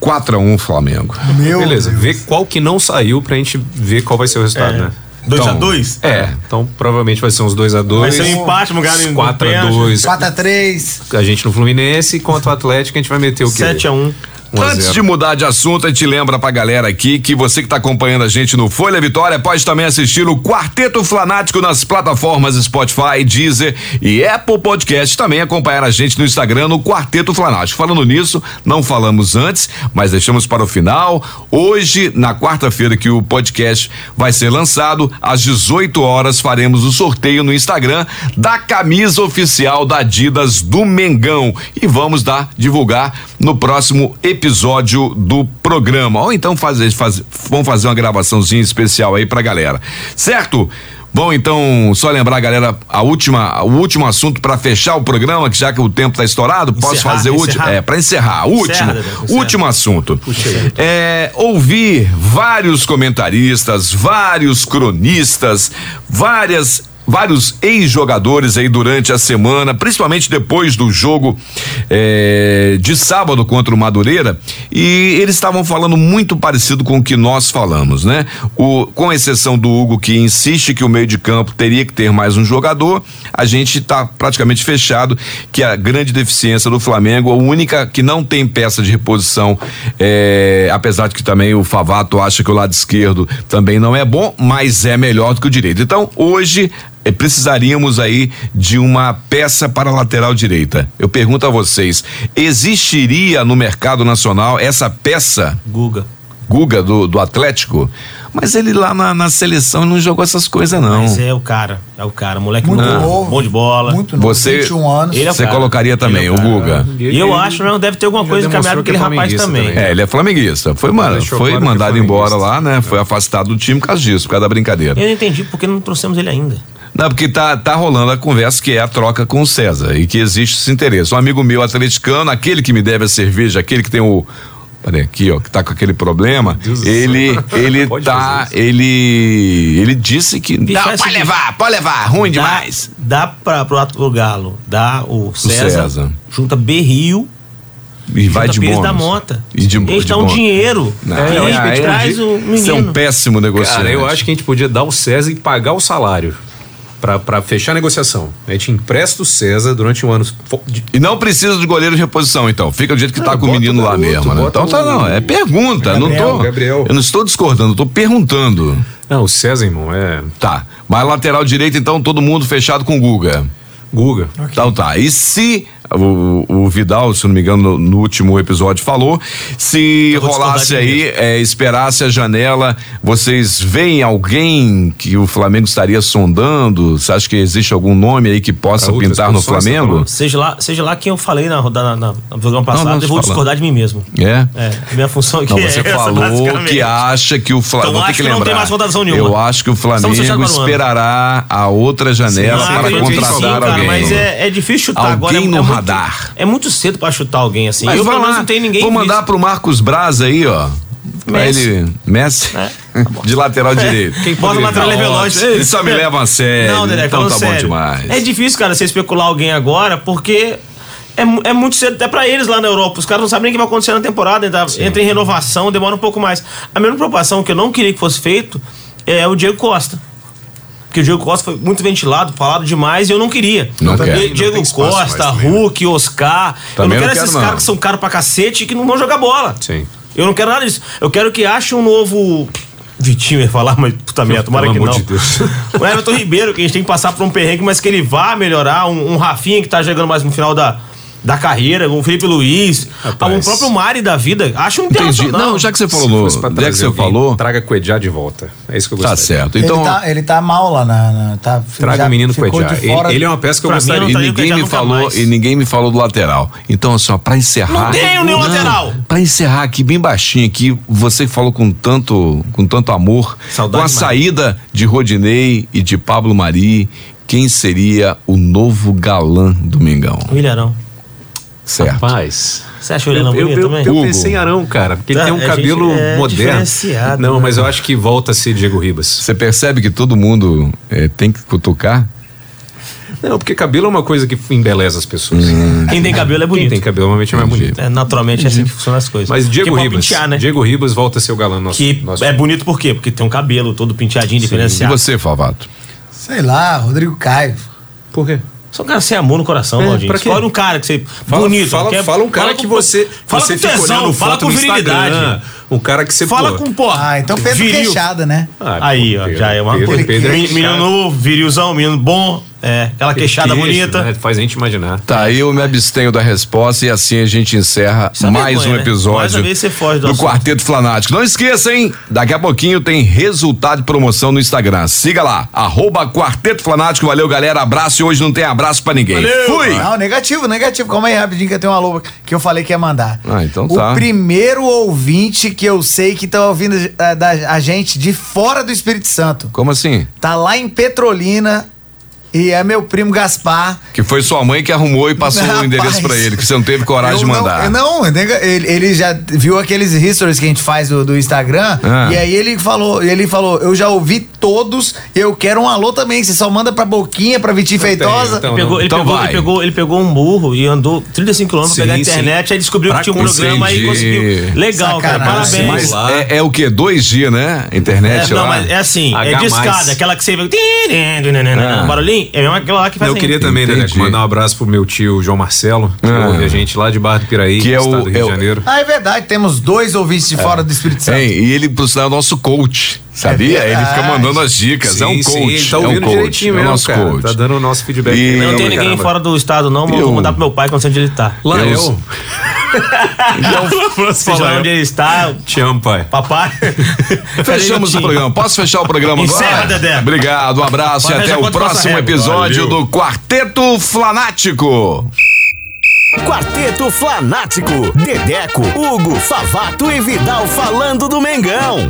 [SPEAKER 1] 4 a 1 Flamengo.
[SPEAKER 5] Meu
[SPEAKER 3] Beleza,
[SPEAKER 5] Deus.
[SPEAKER 3] vê qual que não saiu pra gente ver qual vai ser o resultado,
[SPEAKER 4] É.
[SPEAKER 3] né?
[SPEAKER 4] 2 a
[SPEAKER 1] Então,
[SPEAKER 4] 2?
[SPEAKER 1] É.
[SPEAKER 3] Então provavelmente vai ser uns 2 a 2
[SPEAKER 4] Vai ser um empate, um galo em-
[SPEAKER 3] 4 a
[SPEAKER 4] um
[SPEAKER 3] 2
[SPEAKER 5] 4 a 3.
[SPEAKER 3] A gente no Fluminense contra o Atlético a gente vai meter o quê?
[SPEAKER 4] 7 a 1.
[SPEAKER 3] 1 a 0.
[SPEAKER 1] Antes de mudar de assunto, a gente lembra pra galera aqui que você que tá acompanhando a gente no Folha Vitória pode também assistir o Quarteto Flanático nas plataformas Spotify, Deezer e Apple Podcast. Também acompanhar a gente no Instagram no Quarteto Flanático. Falando nisso, não falamos antes, mas deixamos para o final. Hoje, na quarta-feira que o podcast vai ser lançado, às 18 horas faremos o sorteio no Instagram da camisa oficial da Adidas do Mengão e vamos dar divulgar no próximo episódio do programa. Ou então fazer, fazer, vamos fazer uma gravaçãozinha especial aí pra galera. Certo? Bom, então, só lembrar, galera, a última, o último assunto pra fechar o programa, que já que o tempo tá estourado, posso
[SPEAKER 4] Encerrar,
[SPEAKER 1] fazer o último,
[SPEAKER 4] encerrar.
[SPEAKER 1] é, pra encerrar, o último,
[SPEAKER 4] Encerra, Dedé, encerra.
[SPEAKER 1] último assunto. É, ouvi vários comentaristas, vários cronistas, várias vários ex-jogadores aí durante a semana, principalmente depois do jogo é, de sábado contra o Madureira, e eles estavam falando muito parecido com o que nós falamos, né? O, com exceção do Hugo que insiste que o meio de campo teria que ter mais um jogador, a gente está praticamente fechado que é a grande deficiência do Flamengo, a única que não tem peça de reposição, é, apesar de que também o Favato acha que o lado esquerdo também não é bom, mas é melhor do que o direito. Então, hoje eh, precisaríamos aí de uma peça para a lateral direita. Eu pergunto a vocês, existiria no mercado nacional essa peça
[SPEAKER 4] Guga.
[SPEAKER 1] Guga do, do Atlético? Mas ele lá na, na seleção não jogou essas coisas não.
[SPEAKER 4] Mas é o cara, é o cara, moleque
[SPEAKER 5] Muito
[SPEAKER 4] novo,
[SPEAKER 5] novo.
[SPEAKER 4] bom de bola.
[SPEAKER 5] Muito novo,
[SPEAKER 1] Você-
[SPEAKER 5] 21 anos.
[SPEAKER 4] Ele é o
[SPEAKER 1] Você
[SPEAKER 4] cara.
[SPEAKER 1] colocaria também
[SPEAKER 4] Ele é
[SPEAKER 1] o Guga?
[SPEAKER 4] E eu
[SPEAKER 3] Ele-
[SPEAKER 4] acho, né? Deve ter alguma
[SPEAKER 3] já
[SPEAKER 4] coisa encaminhada
[SPEAKER 3] demonstrou
[SPEAKER 4] com aquele
[SPEAKER 3] que é
[SPEAKER 4] rapaz
[SPEAKER 3] flamenguista
[SPEAKER 4] também.
[SPEAKER 3] também.
[SPEAKER 1] É, ele é flamenguista. Foi, mano,
[SPEAKER 3] deixou
[SPEAKER 1] foi
[SPEAKER 3] claro que é
[SPEAKER 1] mandado embora
[SPEAKER 3] flamenguista.
[SPEAKER 1] lá, né? Foi afastado do time por causa disso, por causa da brincadeira.
[SPEAKER 4] É. Eu não entendi por que não trouxemos ele ainda.
[SPEAKER 1] Não, porque tá, tá rolando a conversa que é a troca com o César e que existe esse interesse. Um amigo meu atleticano, aquele que me deve a cerveja, aquele que tem o. Peraí, aqui, ó, que tá com aquele problema.
[SPEAKER 3] Deus do céu.
[SPEAKER 1] Ele, ele
[SPEAKER 3] Pode
[SPEAKER 1] tá,
[SPEAKER 3] fazer
[SPEAKER 1] ele, ele disse que
[SPEAKER 4] Bicho,
[SPEAKER 1] não,
[SPEAKER 4] é o
[SPEAKER 1] pode
[SPEAKER 4] seguinte,
[SPEAKER 1] levar, pode levar, ruim
[SPEAKER 4] Dá-
[SPEAKER 1] demais.
[SPEAKER 4] Dá pra, pro, pro Galo, dá o César,
[SPEAKER 1] César.
[SPEAKER 4] junta Berrio,
[SPEAKER 1] E vai
[SPEAKER 4] junta
[SPEAKER 1] de
[SPEAKER 4] Pires
[SPEAKER 1] bônus.
[SPEAKER 4] da Mota.
[SPEAKER 1] E de,
[SPEAKER 4] Eles
[SPEAKER 1] de
[SPEAKER 4] dão um
[SPEAKER 1] bônus.
[SPEAKER 4] dinheiro.
[SPEAKER 1] Não,
[SPEAKER 4] e
[SPEAKER 1] é,
[SPEAKER 4] eles
[SPEAKER 1] é,
[SPEAKER 4] traz
[SPEAKER 1] é,
[SPEAKER 4] o
[SPEAKER 1] Isso é um
[SPEAKER 4] menino.
[SPEAKER 1] péssimo negociante.
[SPEAKER 3] Cara, eu acho que a gente podia dar o César e pagar o salário. Pra, pra fechar a negociação. A gente empresta o César durante um ano. Fo- de-
[SPEAKER 1] E não precisa de goleiro de reposição, então. Fica do jeito que
[SPEAKER 3] Não,
[SPEAKER 1] tá com o
[SPEAKER 3] bota
[SPEAKER 1] menino
[SPEAKER 3] o
[SPEAKER 1] lá
[SPEAKER 3] garoto,
[SPEAKER 1] mesmo, né?
[SPEAKER 3] bota
[SPEAKER 1] Então tá,
[SPEAKER 3] o-
[SPEAKER 1] não. É pergunta.
[SPEAKER 3] Gabriel,
[SPEAKER 1] não tô.
[SPEAKER 3] Gabriel.
[SPEAKER 1] Eu não estou discordando, eu tô perguntando.
[SPEAKER 3] Não, o César, irmão, é.
[SPEAKER 1] Tá. Mas lateral direito, então, todo mundo fechado com o Guga.
[SPEAKER 3] Guga.
[SPEAKER 1] Então tá. E se. O, o Vidal, se eu não me engano, no, no último episódio falou. Se
[SPEAKER 4] vou discordar
[SPEAKER 1] rolasse
[SPEAKER 4] de mim
[SPEAKER 1] aí, é, esperasse a janela, vocês veem alguém que o Flamengo estaria sondando? Você acha que existe algum nome aí que possa
[SPEAKER 3] Pra outras
[SPEAKER 1] pintar no
[SPEAKER 4] tá
[SPEAKER 3] posições,
[SPEAKER 1] Flamengo?
[SPEAKER 4] Seja lá, seja lá quem eu falei na rodada na, no programa passado,
[SPEAKER 1] não,
[SPEAKER 4] eu vou
[SPEAKER 1] fala.
[SPEAKER 4] discordar de mim mesmo.
[SPEAKER 1] É?
[SPEAKER 4] É, a minha função aqui
[SPEAKER 1] Não,
[SPEAKER 4] é
[SPEAKER 1] você
[SPEAKER 4] essa,
[SPEAKER 1] falou
[SPEAKER 4] basicamente.
[SPEAKER 1] que acha que o Flamengo.
[SPEAKER 4] Então,
[SPEAKER 1] vou ter
[SPEAKER 4] acho
[SPEAKER 1] que
[SPEAKER 4] que não
[SPEAKER 1] lembrar.
[SPEAKER 4] tem mais rotação nenhuma.
[SPEAKER 1] Eu acho que o
[SPEAKER 4] Estamos
[SPEAKER 1] Flamengo
[SPEAKER 4] fechando agora o ano.
[SPEAKER 1] esperará a outra janela
[SPEAKER 4] Ah,
[SPEAKER 1] para
[SPEAKER 4] acredito que
[SPEAKER 1] contratar
[SPEAKER 4] sim, cara,
[SPEAKER 1] alguém.
[SPEAKER 4] Mas é, é difícil chutar agora. é-
[SPEAKER 1] Alguém no
[SPEAKER 4] é muito-
[SPEAKER 1] radar.
[SPEAKER 4] é muito cedo pra chutar alguém assim.
[SPEAKER 1] Mas
[SPEAKER 4] eu
[SPEAKER 1] vai
[SPEAKER 4] pelo menos
[SPEAKER 1] lá,
[SPEAKER 4] não tenho ninguém.
[SPEAKER 1] Vou mandar
[SPEAKER 4] visto.
[SPEAKER 1] pro Marcos Braz aí, ó. Pra
[SPEAKER 4] Messi.
[SPEAKER 1] ele. Messi?
[SPEAKER 4] É, tá bom.
[SPEAKER 1] De lateral direito.
[SPEAKER 4] Quem Bota o
[SPEAKER 1] poderia?
[SPEAKER 4] lateral
[SPEAKER 1] Tá
[SPEAKER 4] veloz. É.
[SPEAKER 1] ótimo. Ele só me leva a sério.
[SPEAKER 4] Não, Dedé,
[SPEAKER 1] então
[SPEAKER 4] falando
[SPEAKER 1] tá bom
[SPEAKER 4] sério.
[SPEAKER 1] demais.
[SPEAKER 4] É difícil, cara, você especular alguém agora, porque é, mu- é muito cedo até pra eles lá na Europa. Os caras não sabem nem o que vai acontecer na temporada, entra, entra em renovação, demora um pouco mais. A mesma preocupação que eu não queria que fosse feito é o Diego Costa. Porque o Diego Costa foi muito ventilado, falado demais e eu não queria.
[SPEAKER 1] Não
[SPEAKER 4] Eu
[SPEAKER 1] quero.
[SPEAKER 4] também-
[SPEAKER 1] Não
[SPEAKER 4] Diego
[SPEAKER 7] tem espaço
[SPEAKER 4] Costa,
[SPEAKER 7] mais também, né?
[SPEAKER 4] Hulk, Oscar.
[SPEAKER 1] Também
[SPEAKER 4] eu
[SPEAKER 1] não
[SPEAKER 4] não quero
[SPEAKER 1] quero,
[SPEAKER 4] esses
[SPEAKER 1] não.
[SPEAKER 4] caras que são caros pra cacete e que não vão jogar bola.
[SPEAKER 3] Sim.
[SPEAKER 4] Eu não quero nada disso. Eu quero que ache um novo. Vitinho ia falar, mas puta merda, tomara
[SPEAKER 3] Pelo
[SPEAKER 4] que
[SPEAKER 3] amor
[SPEAKER 4] não.
[SPEAKER 3] de Deus.
[SPEAKER 4] O Everton Ribeiro, que a gente tem que passar por um perrengue, mas que ele vá melhorar. Um, um Rafinha que tá chegando mais no final da, da carreira. Um Felipe Luiz. Um próprio Mari da vida. Acho um
[SPEAKER 1] Entendi.
[SPEAKER 4] internacional.
[SPEAKER 1] Não, já que você
[SPEAKER 3] Se
[SPEAKER 1] falou.
[SPEAKER 3] fosse pra
[SPEAKER 1] Já que
[SPEAKER 3] trazer
[SPEAKER 1] você
[SPEAKER 3] alguém,
[SPEAKER 1] falou.
[SPEAKER 3] Traga Coedjá de volta. É isso que eu
[SPEAKER 1] Tá
[SPEAKER 3] gostaria.
[SPEAKER 1] certo.
[SPEAKER 5] ele,
[SPEAKER 1] Então.
[SPEAKER 5] tá, ele tá mal lá na. na- tá,
[SPEAKER 3] Traga
[SPEAKER 5] já
[SPEAKER 3] o menino
[SPEAKER 5] ficou
[SPEAKER 3] Coedjá.
[SPEAKER 5] de
[SPEAKER 3] Ele,
[SPEAKER 5] fora.
[SPEAKER 3] ele é uma peça que eu
[SPEAKER 4] Pra mim,
[SPEAKER 3] gostaria.
[SPEAKER 4] não
[SPEAKER 1] E
[SPEAKER 4] tá aí, eu
[SPEAKER 1] ninguém
[SPEAKER 4] já
[SPEAKER 1] me
[SPEAKER 4] nunca
[SPEAKER 1] falou
[SPEAKER 4] mais.
[SPEAKER 1] e ninguém me falou do lateral. Então, só pra encerrar.
[SPEAKER 4] Não tenho nenhum
[SPEAKER 1] Não,
[SPEAKER 4] lateral.
[SPEAKER 1] Pra encerrar aqui bem baixinho aqui, você que falou com tanto com tanto amor,
[SPEAKER 4] Saudade
[SPEAKER 1] com a
[SPEAKER 4] demais.
[SPEAKER 1] saída de Rodinei e de Pablo Mari, quem seria o novo galã do Mengão?
[SPEAKER 4] O Um Ilharão.
[SPEAKER 1] é Certo.
[SPEAKER 3] Rapaz.
[SPEAKER 4] Você acha o Ilharão
[SPEAKER 3] eu,
[SPEAKER 4] é bonito
[SPEAKER 3] eu-
[SPEAKER 4] também?
[SPEAKER 3] eu
[SPEAKER 1] Hugo.
[SPEAKER 3] pensei em Arão, cara, porque ele
[SPEAKER 4] Tá,
[SPEAKER 3] tem
[SPEAKER 4] a
[SPEAKER 3] um
[SPEAKER 4] gente
[SPEAKER 3] cabelo
[SPEAKER 4] é
[SPEAKER 3] moderno.
[SPEAKER 4] diferenciado,
[SPEAKER 3] Não,
[SPEAKER 4] né?
[SPEAKER 3] mas eu acho que volta a ser Diego Ribas.
[SPEAKER 1] Você percebe que todo mundo eh, tem que cutucar?
[SPEAKER 3] Não, porque cabelo é uma coisa que embeleza as pessoas.
[SPEAKER 4] Quem tem cabelo é
[SPEAKER 3] Quem
[SPEAKER 4] bonito.
[SPEAKER 3] tem cabelo realmente é mais
[SPEAKER 1] Hum. Entendi.
[SPEAKER 3] bonito.
[SPEAKER 4] É, naturalmente é assim que funcionam as coisas.
[SPEAKER 3] Mas Diego
[SPEAKER 4] Porque pode
[SPEAKER 3] Ribas.
[SPEAKER 4] Pentear, né?
[SPEAKER 3] Diego Ribas volta a ser o galã nosso.
[SPEAKER 4] Que
[SPEAKER 3] nosso
[SPEAKER 4] é bonito por quê? Porque tem um cabelo todo penteadinho,
[SPEAKER 1] E
[SPEAKER 4] diferenciado.
[SPEAKER 1] você, Favato?
[SPEAKER 5] Sei lá, Rodrigo Caio.
[SPEAKER 3] Por quê?
[SPEAKER 4] Só um cara sem amor no coração,
[SPEAKER 3] É,
[SPEAKER 4] Claudinho.
[SPEAKER 3] pra quê?
[SPEAKER 4] Escolhe um cara que você.
[SPEAKER 3] Fala,
[SPEAKER 4] bonito,
[SPEAKER 3] fala,
[SPEAKER 4] quer-
[SPEAKER 3] fala um cara que
[SPEAKER 4] com-
[SPEAKER 3] você,
[SPEAKER 4] Fala
[SPEAKER 3] você
[SPEAKER 4] com
[SPEAKER 3] fica olhando
[SPEAKER 4] tesão, fala
[SPEAKER 3] foto
[SPEAKER 4] com
[SPEAKER 3] no
[SPEAKER 4] virilidade.
[SPEAKER 3] Instagram. Um cara que você
[SPEAKER 4] Fala
[SPEAKER 3] pô,
[SPEAKER 4] com porra.
[SPEAKER 5] Ah, então Pedro
[SPEAKER 4] viril.
[SPEAKER 5] Queixada, né?
[SPEAKER 3] Ah,
[SPEAKER 4] Aí, ó,
[SPEAKER 3] Pedro,
[SPEAKER 4] já é uma
[SPEAKER 3] Pedro,
[SPEAKER 4] coisa.
[SPEAKER 3] Pedro é
[SPEAKER 4] Men- menino
[SPEAKER 3] queixado.
[SPEAKER 4] novo, virilzão, menino bom, é, aquela queixada
[SPEAKER 3] Queixo,
[SPEAKER 4] bonita.
[SPEAKER 3] né? Faz a gente imaginar.
[SPEAKER 1] Tá, eu me abstenho da resposta e assim a gente encerra
[SPEAKER 4] é
[SPEAKER 1] mais
[SPEAKER 4] vergonha,
[SPEAKER 1] um
[SPEAKER 4] né?
[SPEAKER 1] episódio
[SPEAKER 4] Mais uma vez você foge do
[SPEAKER 1] do
[SPEAKER 4] assunto.
[SPEAKER 1] Quarteto Flanático. Não esqueça, hein? Daqui a pouquinho tem resultado e promoção no Instagram. Siga lá, arroba Quarteto Flanático. Valeu, galera. Abraço e hoje não tem abraço pra ninguém. Fui!
[SPEAKER 5] Não, Ah, negativo, negativo. Calma aí, rapidinho, que eu tenho uma louca que eu falei que ia mandar.
[SPEAKER 1] Ah, então tá.
[SPEAKER 5] O primeiro ouvinte que eu sei que tá ouvindo eh, da, a gente de fora do Espírito Santo.
[SPEAKER 1] Como assim?
[SPEAKER 5] Tá lá em Petrolina e é meu primo Gaspar.
[SPEAKER 1] Que foi sua mãe que arrumou e passou o
[SPEAKER 5] Rapaz,
[SPEAKER 1] endereço pra ele, que você não teve coragem
[SPEAKER 5] eu
[SPEAKER 1] de mandar.
[SPEAKER 5] Não, eu não ele, ele já viu aqueles stories que a gente faz do, do Instagram.
[SPEAKER 1] Ah.
[SPEAKER 5] E aí ele falou, ele falou, eu já ouvi todos, eu quero um alô também. Você só manda pra Boquinha, pra Vitinho Feitosa.
[SPEAKER 3] então.
[SPEAKER 4] Ele pegou, ele,
[SPEAKER 1] Então
[SPEAKER 4] pegou,
[SPEAKER 1] vai.
[SPEAKER 4] ele, pegou, ele pegou um burro e andou 35 km pra
[SPEAKER 3] Sim,
[SPEAKER 4] pegar a
[SPEAKER 3] sim.
[SPEAKER 4] internet, aí descobriu
[SPEAKER 3] Pra
[SPEAKER 4] que tinha um programa
[SPEAKER 1] conseguir.
[SPEAKER 4] e conseguiu. Legal, cara,
[SPEAKER 5] Sacanagem.
[SPEAKER 1] Mas
[SPEAKER 4] parabéns.
[SPEAKER 3] lá.
[SPEAKER 1] é, é o quê? 2G, né? Internet
[SPEAKER 4] É,
[SPEAKER 1] lá.
[SPEAKER 4] não, mas é assim, é
[SPEAKER 3] H+.
[SPEAKER 4] discada, aquela que você. Ah. Barulhinho, é mesmo aquela lá que faz
[SPEAKER 3] Eu queria
[SPEAKER 4] assim.
[SPEAKER 3] também, né,
[SPEAKER 1] Entendi.
[SPEAKER 3] mandar um abraço pro meu tio João Marcelo, que
[SPEAKER 1] Ah.
[SPEAKER 3] ouve a gente lá de Barra do Piraí,
[SPEAKER 1] Que é o-
[SPEAKER 3] estado do Rio
[SPEAKER 1] é o-
[SPEAKER 3] de Janeiro.
[SPEAKER 5] Ah, é verdade, temos dois ouvintes de
[SPEAKER 1] É.
[SPEAKER 5] fora do Espírito Santo.
[SPEAKER 1] Hein, e ele, por sinal, é o nosso coach, sabia?
[SPEAKER 4] É
[SPEAKER 1] ele fica
[SPEAKER 5] verdade.
[SPEAKER 1] mandando as dicas, é um
[SPEAKER 3] Sim,
[SPEAKER 1] coach,
[SPEAKER 3] sim, ele tá
[SPEAKER 1] é um
[SPEAKER 3] ouvindo
[SPEAKER 1] coach,
[SPEAKER 3] direitinho
[SPEAKER 1] é o
[SPEAKER 3] mesmo,
[SPEAKER 1] nosso
[SPEAKER 3] cara.
[SPEAKER 1] coach.
[SPEAKER 3] Tá dando o nosso feedback.
[SPEAKER 1] E-
[SPEAKER 3] aqui, né,
[SPEAKER 4] Eu não tenho ninguém
[SPEAKER 3] caramba?
[SPEAKER 4] fora do estado, não, mas eu
[SPEAKER 1] Eu-
[SPEAKER 4] vou mandar pro meu pai quando onde ele tá.
[SPEAKER 3] Lá
[SPEAKER 1] Eu-
[SPEAKER 3] eu,
[SPEAKER 4] Seja lá onde ele está,
[SPEAKER 3] te amo, pai.
[SPEAKER 4] papai.
[SPEAKER 1] Fechamos o programa. Posso fechar o programa
[SPEAKER 4] Encerra,
[SPEAKER 1] agora?
[SPEAKER 4] Dedé.
[SPEAKER 1] Obrigado, um abraço e
[SPEAKER 4] Pode
[SPEAKER 1] até
[SPEAKER 4] fechar
[SPEAKER 1] o
[SPEAKER 4] quando passa
[SPEAKER 1] próximo
[SPEAKER 4] régua.
[SPEAKER 1] episódio do Quarteto Flanático.
[SPEAKER 6] Quarteto Flanático, Dedeco, Hugo, Favato e Vidal falando do Mengão.